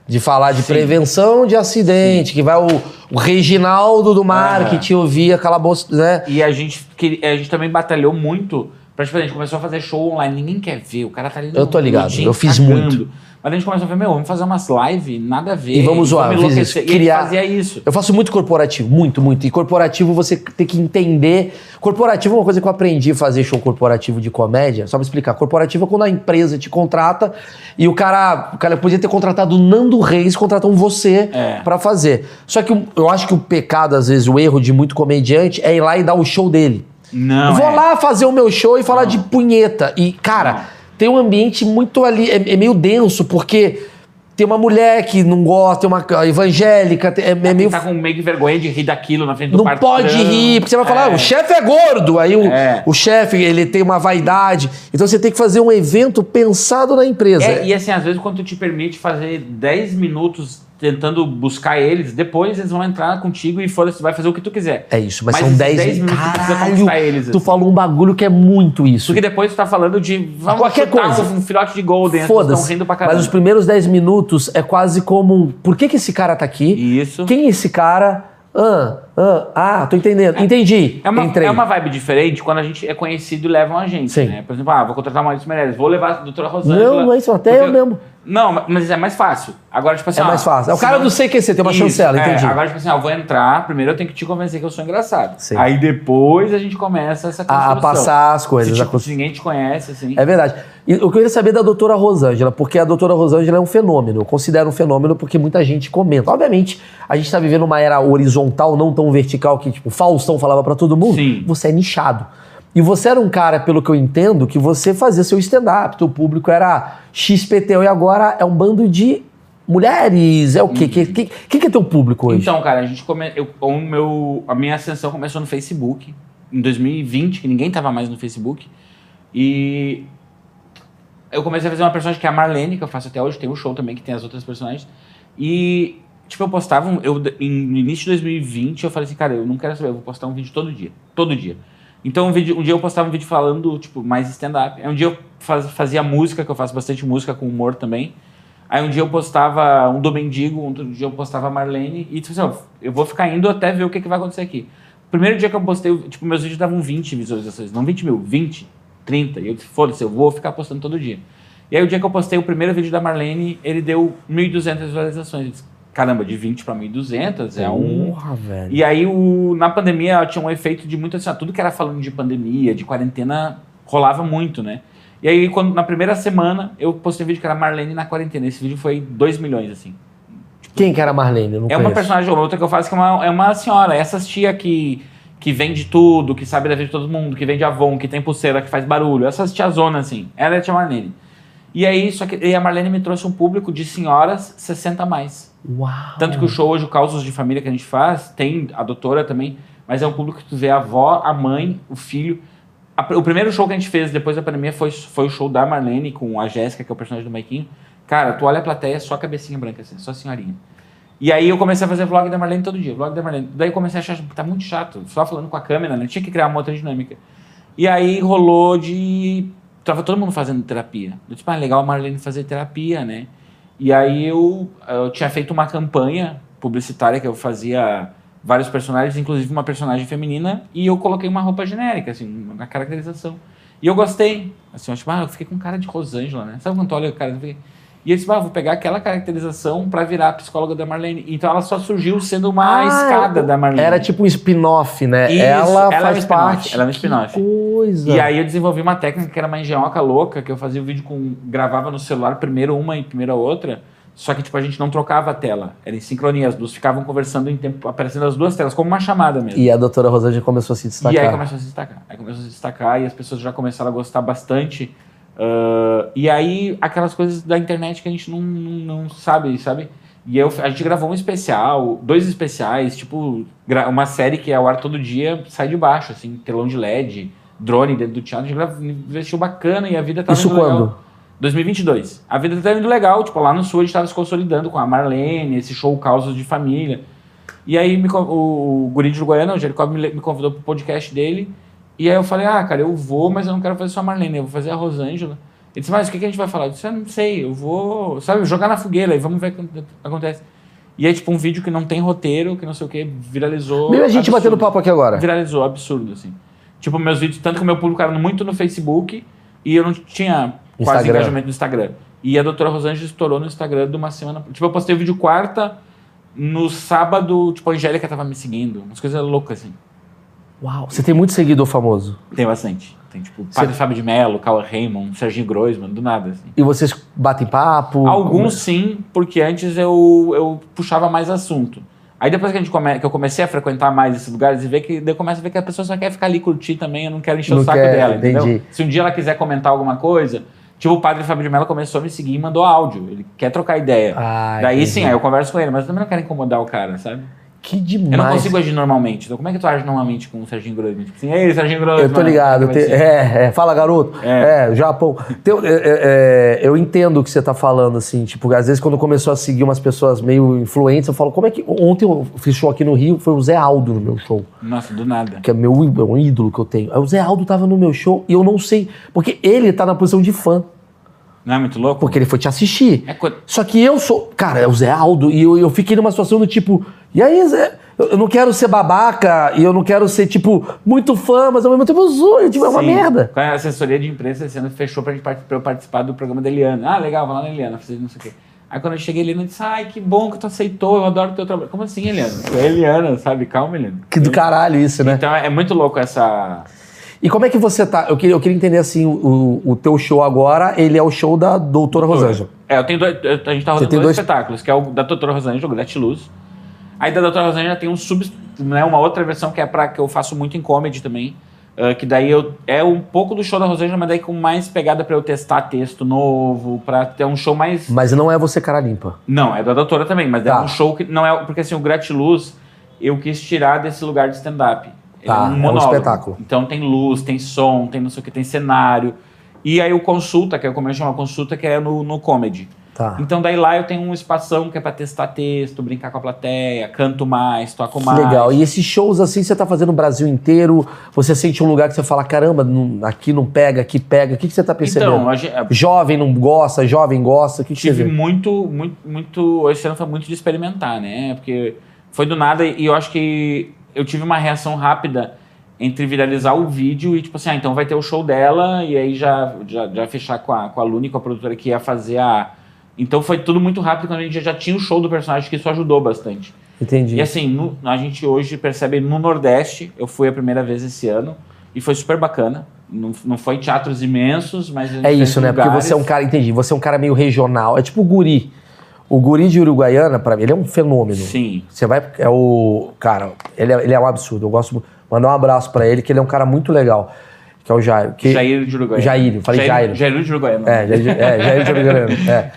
De falar de Sim. prevenção de acidente, que vai o, o Reginaldo do marketing ouvir aquela bolsa, né? E a gente, que- a gente também batalhou muito Pra, tipo, a gente começou a fazer show online, ninguém quer ver, o cara tá ali no, Eu tô ligado, no eu fiz muito. Mas a gente começou a ver, meu, vamos fazer umas live, nada a ver. E vamos zoar, eu fiz isso, enlouquecer. E ele criar- fazia isso. Eu faço muito corporativo, muito, muito. E corporativo você tem que entender. Corporativo é uma coisa que eu aprendi a fazer show corporativo de comédia. Só pra explicar. Corporativo é quando a empresa te contrata e o cara, o cara podia ter contratado o Nando Reis, contratou um você É. pra fazer. Só que o- eu acho que o pecado, às vezes, o erro de muito comediante é ir lá e dar o show dele. Não, Vou é. lá fazer o meu show e falar de punheta. E, cara, Não. tem um ambiente muito ali. É, é meio denso, porque tem uma mulher que não gosta, tem uma ca- evangélica, tem- é, é meio. Tá com meio que vergonha de rir daquilo na frente do Não parque pode trans. rir, porque você vai falar, É. "Ah, o chefe é gordo, aí o, É. o chefe ele tem uma vaidade. Então você tem que fazer um evento pensado na empresa. É, e assim, às vezes quando tu te permite fazer 10 minutos tentando buscar eles, depois eles vão entrar contigo e foda-se, tu vai fazer o que tu quiser. É isso, mas, Mas são esses 10 10 minutos. minutos precisa Caralho, conquistar tu eles, assim. falou um bagulho que é muito isso. Porque depois tu tá falando de vamos Qualquer chutar coisa. um filhote de gol dentro, eles estão Foda-se. rindo pra caramba. Mas os primeiros 10 minutos é quase como: por que, que esse cara tá aqui? Isso. Quem é esse cara? Ah, ah, ah, tô entendendo. Entendi. É uma, Entrei. é uma vibe diferente quando a gente é conhecido e levam a gente, Sim. né? Por exemplo, ah, vou contratar o Maurício Meirelles, vou levar a doutora Rosângela. Não, não é isso, até Porque- eu mesmo. Não, mas é mais fácil. Agora, tipo assim, É ah, mais fácil. É o se cara não- do CQC, tem uma Isso, chancela, é, entendi. Agora, tipo assim, ah, eu vou entrar, primeiro eu tenho que te convencer que eu sou engraçado. Sim. Aí depois a gente começa essa A, construção. a passar as Se, coisas. a tipo, cons- se ninguém te conhece, assim. É verdade. E o que eu queria saber da doutora Rosângela, porque a doutora Rosângela é um fenômeno. Eu considero um fenômeno porque muita gente comenta. Obviamente, a gente está vivendo uma era horizontal, não tão vertical, que tipo, Faustão falava pra todo mundo. Sim. Você é nichado. E você era um cara, pelo que eu entendo, que você fazia seu stand-up, teu público era XPTO e agora é um bando de mulheres. É o quê? Quem que, que, que é teu público hoje? Então, cara, a gente come... eu- o meu... a minha ascensão começou no Facebook, em 2020, que ninguém tava mais no Facebook. E eu comecei a fazer uma personagem que é a Marlene, que eu faço até hoje, tem um show também que tem as outras personagens. E, tipo, eu postava, um... eu... em- no início de 2020, eu falei assim, cara, eu não quero saber, eu vou postar um vídeo todo dia, todo dia. Então, um, vídeo- um dia eu postava um vídeo falando, tipo, mais stand-up. Aí um dia eu faz- fazia música, que eu faço bastante música com humor também. Aí um dia eu postava um do mendigo, um outro dia eu postava Marlene, e tipo assim, ó, eu vou ficar indo até ver o que, que vai acontecer aqui. Primeiro dia que eu postei, tipo, meus vídeos davam 20 visualizações, não 20 mil, 20, 30. E eu disse, foda-se, eu vou ficar postando todo dia. E aí o dia que eu postei o primeiro vídeo da Marlene, ele deu 1.200 visualizações. Eu disse, Caramba, de 20 para 1.200 é um Porra, velho. e aí, o- na pandemia, tinha um efeito de muito assim, ó, tudo que era falando de pandemia, de quarentena, rolava muito, né? E aí, quando, na primeira semana, eu postei um vídeo que era Marlene na quarentena. Esse vídeo foi 2 milhões, assim. Quem que era a Marlene? Eu não É uma conheço. personagem ou outra que eu faço que é uma, é uma senhora, essas tia que, que vende tudo, que sabe da vida de todo mundo, que vende avon, que tem pulseira, que faz barulho, essas tiazonas assim. Ela é a tia Marlene. E aí, só que e a Marlene me trouxe um público de senhoras 60 a mais. Uau. Tanto que o show hoje, o Causos de Família que a gente faz, tem a doutora também, mas é um público que tu vê a avó, a mãe, o filho. A pr- o primeiro show que a gente fez depois da pandemia foi, foi o show da Marlene com a Jéssica, que é o personagem do Maiquinho. Cara, tu olha a plateia, é só cabecinha branca, assim, só senhorinha. E aí eu comecei a fazer vlog da Marlene todo dia, vlog da Marlene. Daí eu comecei a achar, tá muito chato, só falando com a câmera, né? Tinha que criar uma outra dinâmica. E aí rolou de... Tava todo mundo fazendo terapia. Eu disse, ah, legal a Marlene fazer terapia, né? E aí eu, eu tinha feito uma campanha publicitária que eu fazia vários personagens, inclusive uma personagem feminina, e eu coloquei uma roupa genérica, assim, uma caracterização. E eu gostei. Assim, eu, tipo, ah, eu fiquei com cara de Rosângela, né? Sabe quando tu olha o cara... fica- E eu disse, ah, vou pegar aquela caracterização pra virar a psicóloga da Marlene. Então ela só surgiu sendo uma Ah, escada da Marlene. Era tipo um spin-off, né? Isso, ela, ela é um faz spin-off, parte. ela é um spin-off. Que coisa. E aí eu desenvolvi uma técnica que era uma engenhoca louca, que eu fazia o vídeo com. gravava no celular primeiro uma e primeiro a outra. Só que, tipo, a gente não trocava a tela. Era em sincronia, as duas ficavam conversando em tempo, aparecendo as duas telas, como uma chamada mesmo. E a doutora Rosângela começou a se destacar. E aí começou a se destacar. Aí começou a se destacar e as pessoas já começaram a gostar bastante. Ah, e aí, aquelas coisas da internet que a gente não, não, não sabe, sabe? E eu, a gente gravou um especial, dois especiais, tipo, gra- uma série que é ao ar todo dia, sai de baixo, assim, telão de LED, drone dentro do teatro. A gente gravou, investiu bacana e a vida tava Isso indo legal. quando? 2022. A vida tá indo legal, tipo, lá no sul a gente tava se consolidando com a Marlene, esse show Causos de Família. E aí me con- o, o Guri de Uruguaiana, o Jericó, me, le- me convidou pro podcast dele. E aí eu falei, ah, cara, eu vou, mas eu não quero fazer só a Marlene, eu vou fazer a Rosângela. Ele disse, mas o que, que a gente vai falar? Eu disse, eu não sei, eu vou, sabe, jogar na fogueira e vamos ver o que aconte- acontece. E é tipo um vídeo que não tem roteiro, que não sei o que, viralizou. Meio a gente absurdo. batendo papo aqui agora. Viralizou, absurdo, assim. Tipo, meus vídeos, tanto que o meu público era muito no Facebook e eu não tinha quase Instagram. engajamento no Instagram. E a doutora Rosângela estourou no Instagram de uma semana. Tipo, eu postei o vídeo quarta, no sábado, tipo, a Angélica tava me seguindo. Umas coisas loucas, assim. Uau. Você tem muito seguidor famoso. Tem bastante. Tem, tipo, Padre Fábio de Mello, Cauã Raymond, Serginho Groisman, do nada, assim. E vocês batem papo? Alguns sim, porque antes eu, eu puxava mais assunto. Aí depois que, a gente come, que eu comecei a frequentar mais esses lugares e ver que daí eu começo a ver que a pessoa só quer ficar ali curtir também, eu não quero encher Não o saco quer, dela, entendeu? entendi. Se um dia ela quiser comentar alguma coisa, tipo, o padre Fábio de Mello começou a me seguir e mandou áudio. Ele quer trocar ideia. Ah, Daí entendi. sim, aí eu converso com ele, mas eu também não quero incomodar o cara, sabe? Que Eu demais. não consigo agir normalmente. Então, como é que tu age normalmente com o Serginho Grosso? Tipo assim, ei, Serginho Grosso. Eu tô ligado. Te- É, é, fala, garoto. É, Japão. Teu- é, é, é, eu entendo o que você tá falando, assim. Tipo, às vezes quando começou a seguir umas pessoas meio influentes, eu falo, como é que. Ontem eu fiz show aqui no Rio, foi o Zé Aldo no meu show, Nossa, do nada. que é meu í- é um ídolo que eu tenho. Aí o Zé Aldo tava no meu show e eu não sei. Porque ele tá na posição de fã, Não é muito louco? porque ele foi te assistir. É co- Só que eu sou. Cara, é o Zé Aldo. E eu, eu fiquei numa situação do tipo. E aí, Zé? Eu eu não quero ser babaca e eu não quero ser, tipo, muito fã, mas ao mesmo tempo eu sou. Eu, tipo, é uma Sim. merda. Com a assessoria de imprensa sendo fechou pra, gente, part- pra eu participar do programa da Eliana. Ah, legal, vai lá na Eliana, fazer não sei o quê. Aí quando eu cheguei, a Eliana disse: Ai, que bom que tu aceitou, eu adoro teu trabalho. Como assim, Eliana? Foi a Eliana, sabe? Calma, Eliana. Que do caralho isso, né? Então é é muito louco essa. E como é que você tá? Eu queria, eu queria entender assim, o, o teu show agora, ele é o show da doutora Rosângela. É, eu tenho dois, eu- a gente tá rodando tem dois, dois- espetáculos, que é o da Doutora Rosângela, o Gratiluz. Aí da Doutora Rosângela tem um sub, né, uma outra versão que é para que eu faço muito em comedy também, ah, que daí eu é um pouco do show da Rosângela, mas daí com mais pegada pra eu testar texto novo, pra ter um show mais Mas não é você cara limpa. Não, é da doutora também, mas Tá. é um show que não é. Porque assim, o Gratiluz eu quis tirar desse lugar de stand-up. Ele Tá, é um monólogo. espetáculo. Então tem luz, tem som, tem não sei o que, tem cenário. E aí o consulta, que é como eu chamo a consulta, que é no, no comedy. Tá. Então daí lá eu tenho um espação que é pra testar texto, brincar com a plateia, canto mais, toco mais. Legal. E esses shows assim, você tá fazendo o Brasil inteiro, você sente um lugar que você fala, caramba, não- aqui não pega, aqui pega. O que, que você tá percebendo? Então, a gente, Jovem não gosta, jovem gosta. O que, que você tive vê? muito, muito, muito. Esse ano foi muito de experimentar, né? Porque foi do nada e eu acho que eu tive uma reação rápida entre viralizar o vídeo e tipo assim, ah, então vai ter o show dela e aí já, já, já fechar com a, com a Luna e com a produtora que ia fazer a. Então foi tudo muito rápido quando a gente já- já tinha o show do personagem, que isso ajudou bastante. Entendi. E assim, no- a gente hoje percebe no Nordeste, eu fui a primeira vez esse ano e foi super bacana. Não, não foi em teatros imensos, mas. em É isso, diferentes né? Porque você é um lugares. cara, entendi, você é um cara meio regional. É tipo o guri. O guri de Uruguaiana, pra mim, ele é um fenômeno. Sim, Você vai. É o. Cara, ele é, ele é um absurdo. Eu gosto. mu- Mandar um abraço pra ele, que ele é um cara muito legal. Que é o Jairo. Que, Jair de Uruguaiana. Jair, eu falei Jairo. Jair de Uruguaiana. É, Jair, de- é, Jair de Uruguaiana. É.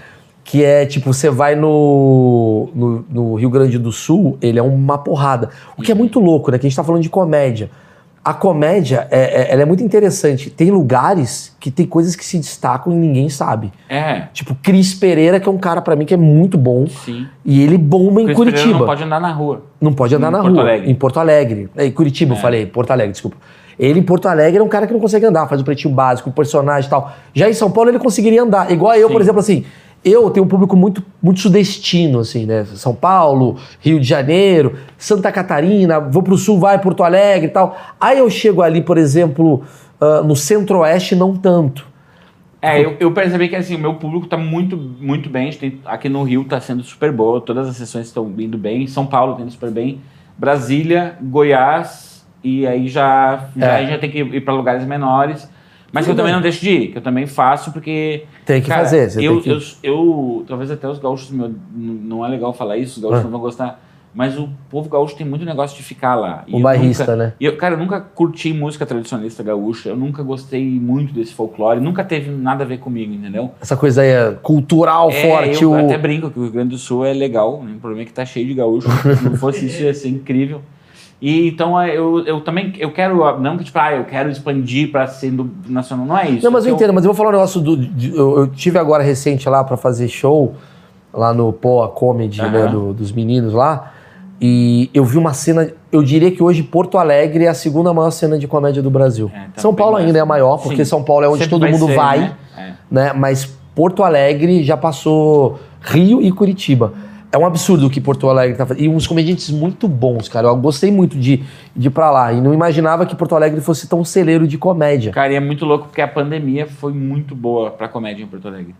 Que é tipo, você vai no, no, no Rio Grande do Sul, ele é uma porrada. O que é muito louco, né? Que a gente tá falando de comédia. A comédia, é, é- ela é muito interessante. Tem lugares que tem coisas que se destacam e ninguém sabe. É, Tipo, Cris Pereira, que é um cara pra mim que é muito bom. sim. E ele bomba em Cris Pereira Curitiba. Não pode andar na rua. Não pode andar Em na Porto rua. Alegre. Em Porto Alegre. É, Em Curitiba, eu falei, Porto Alegre, desculpa. Ele em Porto Alegre é um cara que não consegue andar, faz o pretinho básico, o personagem e tal. Já em São Paulo ele conseguiria andar. Igual eu, por Sim. exemplo, assim. Eu tenho um público muito, muito sudestino, assim, né? São Paulo, Rio de Janeiro, Santa Catarina, vou pro sul, vai Porto Alegre e tal. Aí eu chego ali, por exemplo, ah, no centro-oeste, não tanto. É, eu, eu percebi que assim, o meu público tá muito, muito bem. A gente tem- aqui no Rio tá sendo super boa, todas as sessões estão indo bem. São Paulo tá indo super bem. Brasília, Goiás, e aí já, já, É. aí já tem que ir pra lugares menores. Mas que eu Tudo também bem. não deixo de ir, que eu também faço, porque Tem que Cara, fazer. Você tem eu, que... eu, eu- talvez até os gaúchos, meu, n- não é legal falar isso, os gaúchos Ah. não vão gostar, mas o povo gaúcho tem muito negócio de ficar lá. E o eu bairrista, nunca- né? e eu, cara, eu nunca curti música tradicionalista gaúcha, eu nunca gostei muito desse folclore, nunca teve nada a ver comigo, entendeu? Essa coisa aí é cultural, É, forte. eu o... até brinco que o Rio Grande do Sul é legal, né? o problema é que tá cheio de gaúcho, se não fosse isso ia ser incrível. E então é, eu, eu também, eu quero, ah, não que tipo, ah, eu quero expandir pra sendo nacional, não é isso. Não, mas eu é que entendo, mas eu vou falar um negócio do. de- eu, eu tive agora recente lá pra fazer show, lá no Poa Comedy, Aham. né, do- dos meninos lá. E eu vi uma cena. Eu diria que hoje Porto Alegre é a segunda maior cena de comédia do Brasil. É, tá São bem Paulo mais- ainda é a maior, porque Sim. São Paulo é onde sempre todo vai mundo ser, vai, né? É. né? Mas Porto Alegre já passou Rio e Curitiba. É um absurdo o que Porto Alegre tá fazendo. E uns comediantes muito bons, cara. Eu gostei muito de, de ir pra lá. E não imaginava que Porto Alegre fosse tão celeiro de comédia. Cara, e é muito louco porque a pandemia foi muito boa pra comédia em Porto Alegre.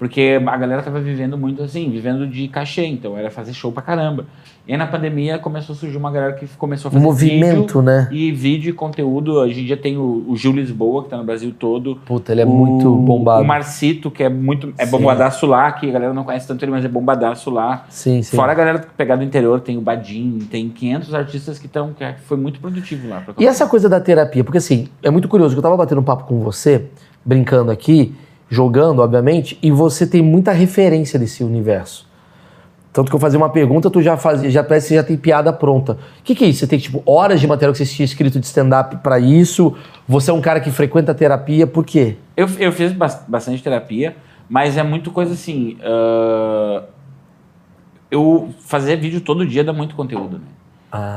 Porque a galera tava vivendo muito assim, vivendo de cachê, então era fazer show pra caramba. E aí na pandemia começou a surgir uma galera que começou a O fazer movimento, né? vídeo, e vídeo e conteúdo. Hoje em dia tem o, o Gil Lisboa, que tá no Brasil todo. Puta, ele é muito bombado. O Marcito, que é muito. É Sim. bombadaço lá, que a galera não conhece tanto ele, mas é bombadaço lá. Sim, sim. Fora a galera pegar do interior, tem o Badin, tem 500 artistas que estão. que é, foi muito produtivo lá. pra E essa coisa da terapia? Porque assim, é muito curioso, que eu tava batendo um papo com você, brincando aqui, jogando, obviamente, e você tem muita referência desse universo. Tanto que eu fazia uma pergunta, tu já fazia, já parece que já tem piada pronta. O que, que é isso? Você tem, tipo, horas de material que você tinha escrito de stand-up pra isso? Você é um cara que frequenta terapia, por quê? Eu, eu fiz bas- bastante terapia, mas é muito coisa assim. ah, eu fazer vídeo todo dia dá muito conteúdo, né?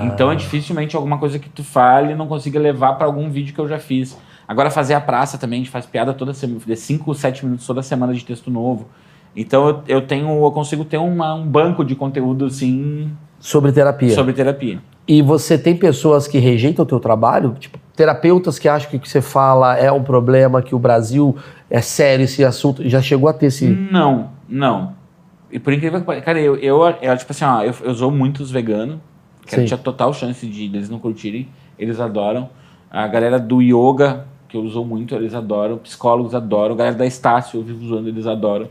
Então é dificilmente alguma coisa que tu fale não consiga levar pra algum vídeo que eu já fiz. Agora fazer a praça também, a gente faz piada toda semana, 5, 7 minutos toda semana de texto novo. Então eu, eu tenho, eu consigo ter uma- um banco de conteúdo assim Sobre terapia. sobre terapia. E você tem pessoas que rejeitam o teu trabalho? Tipo, terapeutas que acham que o que você fala é um problema, que o Brasil é sério esse assunto. Já chegou a ter esse... Hum. né, Não, não. E por incrível que pareça, cara, eu, eu, eu, tipo assim, ó, eu, eu sou muitos veganos, que Sim. eu tinha total chance de eles não curtirem, eles adoram. A galera do yoga, que eu uso muito, eles adoram. Psicólogos adoram. A galera da Estácio, eu vivo usando, eles adoram. É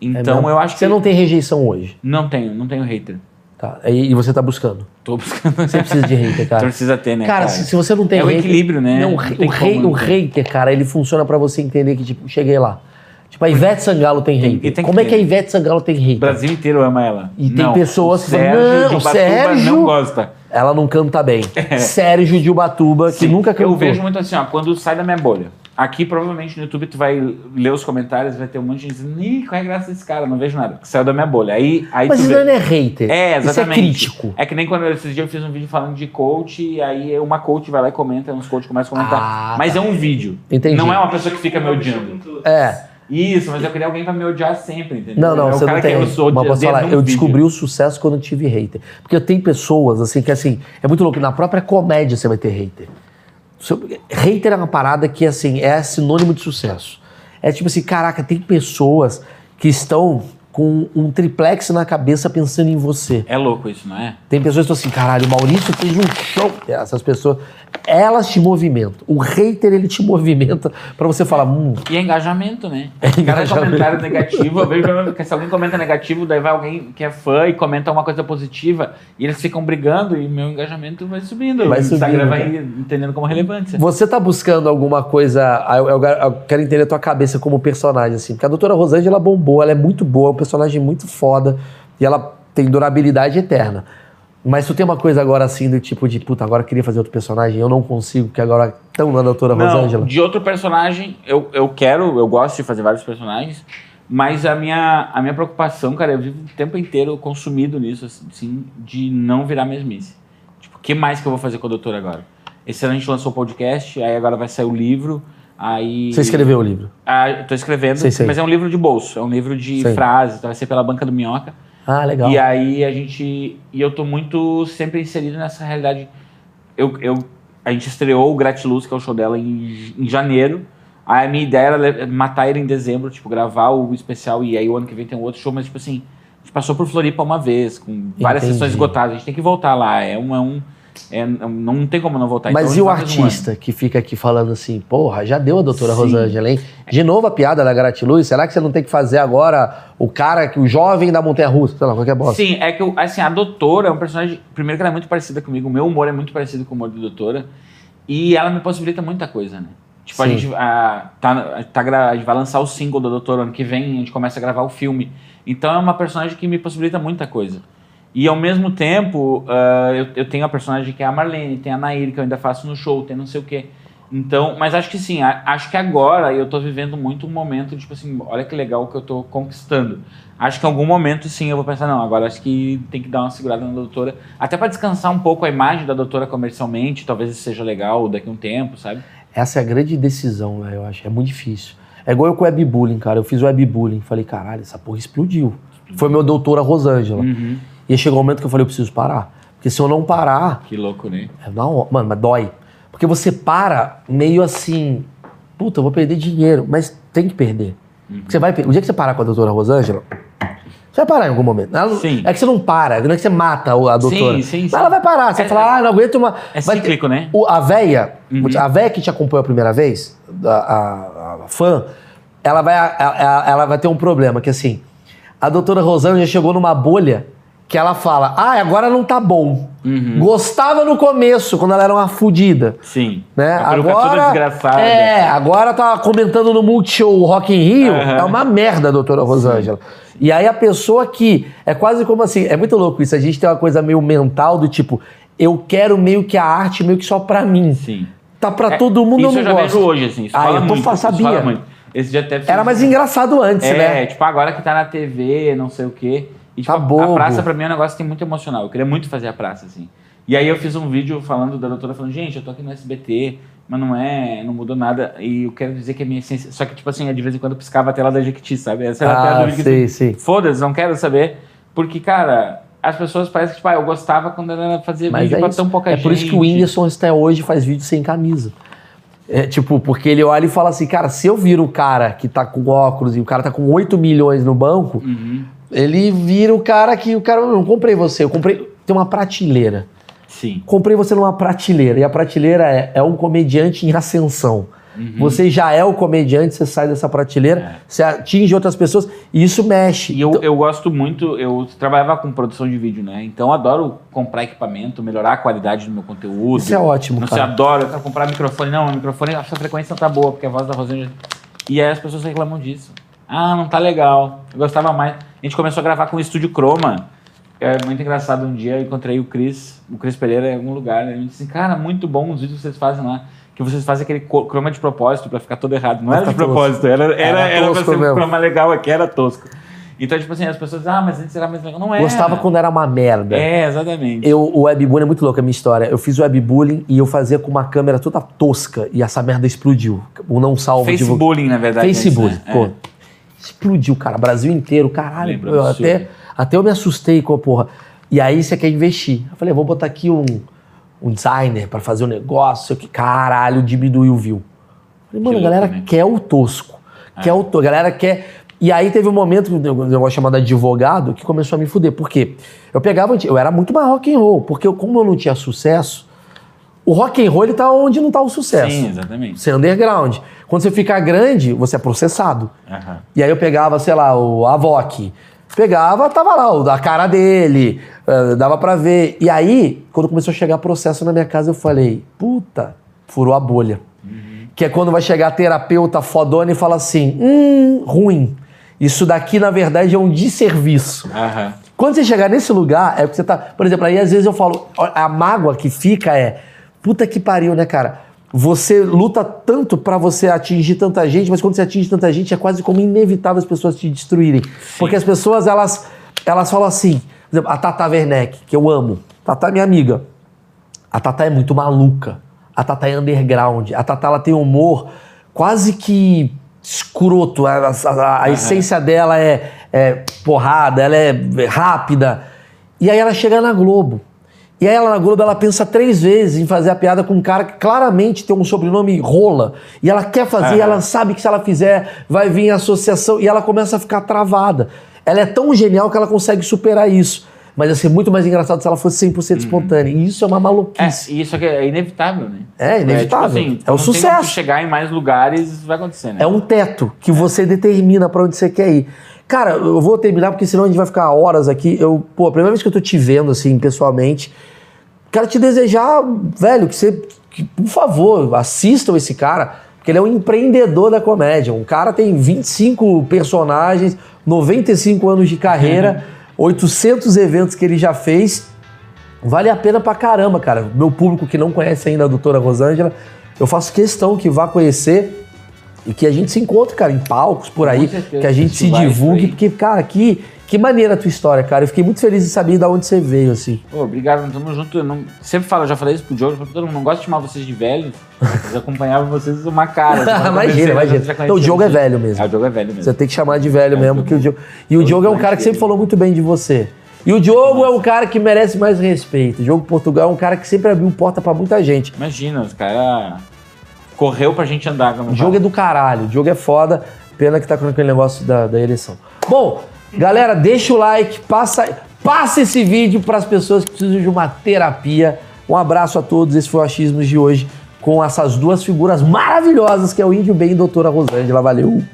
Então mesmo? eu acho Você que. não tem rejeição hoje. Não tenho, não tenho hater. Tá. E, e você tá buscando. Tô buscando. Você precisa de hater, Então cara. precisa ter, né? Cara, se, se você não tem É o hater- equilíbrio, né? Não, o Não re- tem o, rei- como, o não tem. hater, cara, ele funciona pra você entender que, tipo, cheguei lá. Tipo, a Ivete Sangalo tem Tem- hater. e tem que Como é que ter. a Ivete Sangalo tem hater? O Brasil inteiro ama ela. E tem Não, pessoas o que falam, Sérgio "Não, de Ubatuba Sérgio!" não gosta. Ela não canta bem. Sérgio de Ubatuba, que É. Sim, nunca cantou. Assim, Eu vejo muito assim, ó, quando sai da minha bolha. Aqui, provavelmente, no YouTube, tu vai ler os comentários, vai ter um monte de gente dizendo, Ih, qual é a graça desse cara? Não vejo nada, que saiu da minha bolha. Aí, aí Mas tu isso vê... não é hater. É, exatamente. Isso é crítico. É que nem quando eu- esses dias eu fiz um vídeo falando de coach, e aí uma coach vai lá e comenta, uns coach começam a comentar. Ah, mas é um vídeo. Entendi. Não é uma pessoa que fica me odiando. É. Isso, mas eu queria alguém pra me odiar sempre, entendeu? Não, não, é o você cara não tem. que eu sou mas de- posso dentro falar, de um eu vídeo. descobri o sucesso quando eu tive hater. Porque tem pessoas, assim, que assim, é muito louco, na própria comédia você vai ter hater. Seu- Hater é uma parada que, assim, é sinônimo de sucesso. É tipo assim, caraca, tem pessoas que estão com um triplex na cabeça pensando em você. É louco isso, não é? Tem pessoas que estão assim, caralho, o Maurício fez um show. Essas pessoas, elas te movimentam. O hater, ele te movimenta pra você falar, hum, E é engajamento, né? Cada engajamento. comentário negativo, eu vejo que se alguém comenta negativo, daí vai alguém que é fã e comenta uma coisa positiva, e eles ficam brigando e meu engajamento vai subindo. Vai o Instagram subindo, vai cara. entendendo como relevância. Você tá buscando alguma coisa. Ah, Eu, eu- eu quero entender a tua cabeça como personagem, assim. Porque a doutora Rosângela bombou, ela é muito boa, é um personagem muito foda. E ela tem durabilidade eterna. Mas tu tem uma coisa agora assim, do tipo de puta, agora eu queria fazer outro personagem, eu não consigo, porque agora estão na doutora Rosângela. de outro personagem, eu, eu quero, eu gosto de fazer vários personagens, mas a minha, a minha preocupação, cara, eu vivo o tempo inteiro consumido nisso, assim, de não virar mesmice. Tipo, o que mais que eu vou fazer com a doutora agora? Esse ano a gente lançou o podcast, aí agora vai sair o livro, aí... Você escreveu o livro. Ah, eu tô escrevendo, Sei, sei. mas é um livro de bolso, é um livro de Sei. frases, então vai ser pela banca do Minhoca. Ah, legal. E aí a gente. E eu tô muito sempre inserido nessa realidade. Eu, eu, a gente estreou o Gratiluz, que é o show dela, em, em janeiro. Aí a minha ideia era le- matar ele em dezembro, tipo, gravar o especial e aí o ano que vem tem um outro show, mas tipo assim, a gente passou por Floripa uma vez, com várias Entendi. sessões esgotadas, a gente tem que voltar lá. É um. É um é, não tem como não voltar. Mas Então, e o a gente vai mais um ano. artista que fica aqui falando assim, porra, já deu a doutora Sim. Rosângela, hein? De novo a piada da Gratiluz, será que você não tem que fazer agora o cara, que o jovem da Montanha Russa? Sei lá, qualquer bosta. Sim, é que eu- assim, a doutora é um personagem. Primeiro que ela é muito parecida comigo, o meu humor é muito parecido com o humor da doutora. E ela me possibilita muita coisa, né? Tipo, a Sim. gente, a, tá, tá, gra- a gente vai lançar o single da doutora ano que vem, a gente começa a gravar o filme. Então é uma personagem que me possibilita muita coisa. E ao mesmo tempo, ah, eu, eu tenho a personagem que é a Marlene, tem a Nair, que eu ainda faço no show, tem não sei o quê. Então, mas acho que sim, a- acho que agora eu tô vivendo muito um momento, tipo assim, olha que legal que eu tô conquistando. Acho que em algum momento, sim, eu vou pensar, não, agora acho que tem que dar uma segurada na doutora. Até pra descansar um pouco a imagem da doutora comercialmente, talvez isso seja legal daqui a um tempo, sabe? Essa é a grande decisão, né? Eu acho. É muito difícil. É igual eu com o webbullying, cara. Eu fiz o webbullying. Falei, caralho, essa porra explodiu. Foi meu doutora Rosângela. Uhum. E chegou um momento que eu falei, eu preciso parar. Porque se eu não parar, Que louco, né? é na hora. Mano, mas dói. Porque você para meio assim, puta, eu vou perder dinheiro. Mas tem que perder. Uhum. Você vai, per- o dia que você parar com a doutora Rosângela, você vai parar em algum momento. Ela não- Sim. É que você não para, não é que você mata o- a doutora. Sim, sim, Mas sim. ela vai parar. Você É- vai falar, ah, não aguento uma. É vai ter- cíclico, né? o- a véia, a véia que te acompanhou a primeira vez, a, a- a fã, ela vai, a- a- ela vai ter um problema, que assim, a doutora Rosana já chegou numa bolha que ela fala, ah, agora não tá bom. Gostava no começo, quando ela era uma fudida. Sim. Né? A peruca toda desgraçada. É, agora tá comentando no Multishow o Rock in Rio. Aham. É uma merda, doutora Rosângela. E aí a pessoa que. É quase como assim. É muito louco isso. A gente tem uma coisa meio mental do tipo. Eu quero meio que a arte meio que só pra mim. Sim. Tá pra É, todo mundo, isso eu eu não já gosto. vejo hoje, assim. Isso Ah, fala eu tô muito, fa- isso fala sabia. muito. Esse dia até fiz- Era mais engraçado antes, É, né? tipo, agora que tá na TV, não sei o quê. E, tipo, Tá a- bobo. A praça pra mim é um negócio que tem muito emocional. Eu queria muito fazer a praça, assim. E aí eu fiz um vídeo falando da doutora, falando, gente, eu tô aqui no SBT, mas não é, não mudou nada. E eu quero dizer que a minha essência. Só que, tipo assim, de vez em quando eu piscava a tela da Jequiti, sabe? Essa era a tela Ah, do Jequiti. sim, sim. Foda-se, não quero saber. Porque, cara, as pessoas parecem que, tipo, ah, eu gostava quando ela fazia Mas vídeo é, pra isso. tão pouca é gente. por isso que o Whindersson até hoje faz vídeo sem camisa. É, tipo, porque ele olha e fala assim, cara, se eu viro o cara que tá com óculos e o cara tá com 8 milhões no banco, Uhum. ele vira o cara que o cara, eu não comprei você, eu comprei, tem uma prateleira. Sim. Comprei você numa prateleira e a prateleira é, é um comediante em ascensão. Uhum. Você já é o comediante, você sai dessa prateleira, você atinge outras pessoas e isso mexe. É. Então, E eu, eu gosto muito, eu trabalhava com produção de vídeo, né? Então eu adoro comprar equipamento, melhorar a qualidade do meu conteúdo. Isso é ótimo, Não sei, cara. adoro, eu quero comprar microfone. Não, o microfone, a sua frequência não tá boa, porque a voz da Rosângela. E aí as pessoas reclamam disso. Ah, não tá legal. Eu gostava mais. A gente começou a gravar com o estúdio Chroma. É muito engraçado. Um dia eu encontrei o Cris, o Cris Pereira, em algum lugar. Né? Ele disse assim: Cara, muito bom os vídeos que vocês fazem lá. Que vocês fazem aquele co- croma de propósito pra ficar todo errado. Não Pra era de ficar tosco. propósito, era, era, Era era, pra tosco ser mesmo. um croma legal aqui, era tosco. Então, tipo assim, as pessoas dizem, ah, mas antes era mais legal. Não era. Gostava quando era uma merda. É, exatamente. Eu, o webbullying é muito louco a minha história. Eu fiz webbullying e eu fazia com uma câmera toda tosca e essa merda explodiu. O não salvo divulgou. Facebook, na verdade. é isso, Facebook, né? pô. Explodiu, cara. Brasil inteiro, caralho. Lembro, eu absurdo. até, até eu me assustei com a porra. E aí você quer investir. Eu falei, eu vou botar aqui um, um designer pra fazer um negócio. Que caralho, diminuiu o view. Falei, mano, a louco, galera né? É. quer o tosco. Quer o tosco. A galera quer... E aí teve um momento, um negócio chamado advogado, que começou a me fuder. Por quê? Eu pegava... anti- Eu era muito mais rock and roll. Porque eu, como eu não tinha sucesso... O rock and roll, ele tá onde não tá o É. sucesso. Sim, exatamente. Você é underground. Quando você ficar grande, você é processado. Aham. E aí eu pegava, sei lá, o Avok. Pegava, tava lá, o da cara dele, eh, dava pra ver. E aí, quando começou a chegar processo na minha casa, eu falei, puta, furou a bolha. Que é quando vai chegar a terapeuta fodona e fala assim, hum, ruim. Isso daqui, na verdade, é um desserviço. Aham. Quando você chegar nesse lugar, é porque você tá. Por exemplo, aí às vezes eu falo, ó, a mágoa que fica é. Puta que pariu, né, cara? Você luta tanto pra você atingir tanta gente, mas quando você atinge tanta gente, é quase como inevitável as pessoas te destruírem. Porque as pessoas, elas, elas falam assim. Por exemplo, a Tata Werneck, que eu amo. Tata é minha amiga. A Tatá é muito maluca. A Tatá é underground. A Tatá ela tem um humor quase que escroto. A, a- a- a essência dela é, é porrada, ela é rápida. E aí ela chega na Globo. E aí ela na Globo ela pensa três vezes em fazer a piada com um cara que claramente tem um sobrenome rola. E ela quer fazer, e Aham. ela sabe que se ela fizer, vai vir a associação. E ela começa a ficar travada. Ela é tão genial que ela consegue superar isso. Mas ia ser muito mais engraçado se ela fosse 100% espontânea. E isso é uma maluquice. É, e isso aqui é inevitável, né? É inevitável. É o não tem como sucesso. tu chegar em mais lugares, isso vai acontecer, né? É um teto que você determina pra onde você quer ir. Cara, eu vou terminar porque senão a gente vai ficar horas aqui. Eu, pô, a primeira vez que eu tô te vendo assim pessoalmente, quero te desejar, velho, que você, que, por favor, assistam esse cara, porque ele é um empreendedor da comédia. Um cara tem 25 personagens, 95 anos de carreira, 800 eventos que ele já fez. Vale a pena pra caramba, cara. Meu público que não conhece ainda a doutora Rosângela, eu faço questão que vá conhecer e que a gente se encontre, cara, em palcos por aí, certeza, que a gente se festivais por divulgue, aí. porque, cara, que, Que maneira a tua história, cara. Eu fiquei muito feliz de saber de onde você veio, assim. Pô, obrigado, tamo junto. Eu não... Sempre falo, eu já falei isso pro Diogo, pra todo mundo, não gosto de chamar vocês de velho, mas acompanhava vocês uma cara. assim, quando imagina, eu comecei, imagina. já conhecia Então o Diogo é vocês. velho mesmo. Ah, o Diogo é velho Você mesmo. tem que chamar de velho mesmo, que o Diogo. E o Eu Diogo é um mais cara que que ele. sempre falou muito bem de você. E o Diogo é um cara que merece mais respeito. O Diogo Portugal é um cara que sempre abriu porta pra muita gente. Imagina, os caras correu pra gente andar. como O eu Diogo falo. é do caralho, o Diogo é foda. Pena que tá com aquele negócio da, da eleição. Bom, galera, deixa o like, passa, passa esse vídeo pras pessoas que precisam de uma terapia. Um abraço a todos, esse foi o Achismos de hoje com essas duas figuras maravilhosas que é o Índio Bem e Doutora Rosângela. Valeu!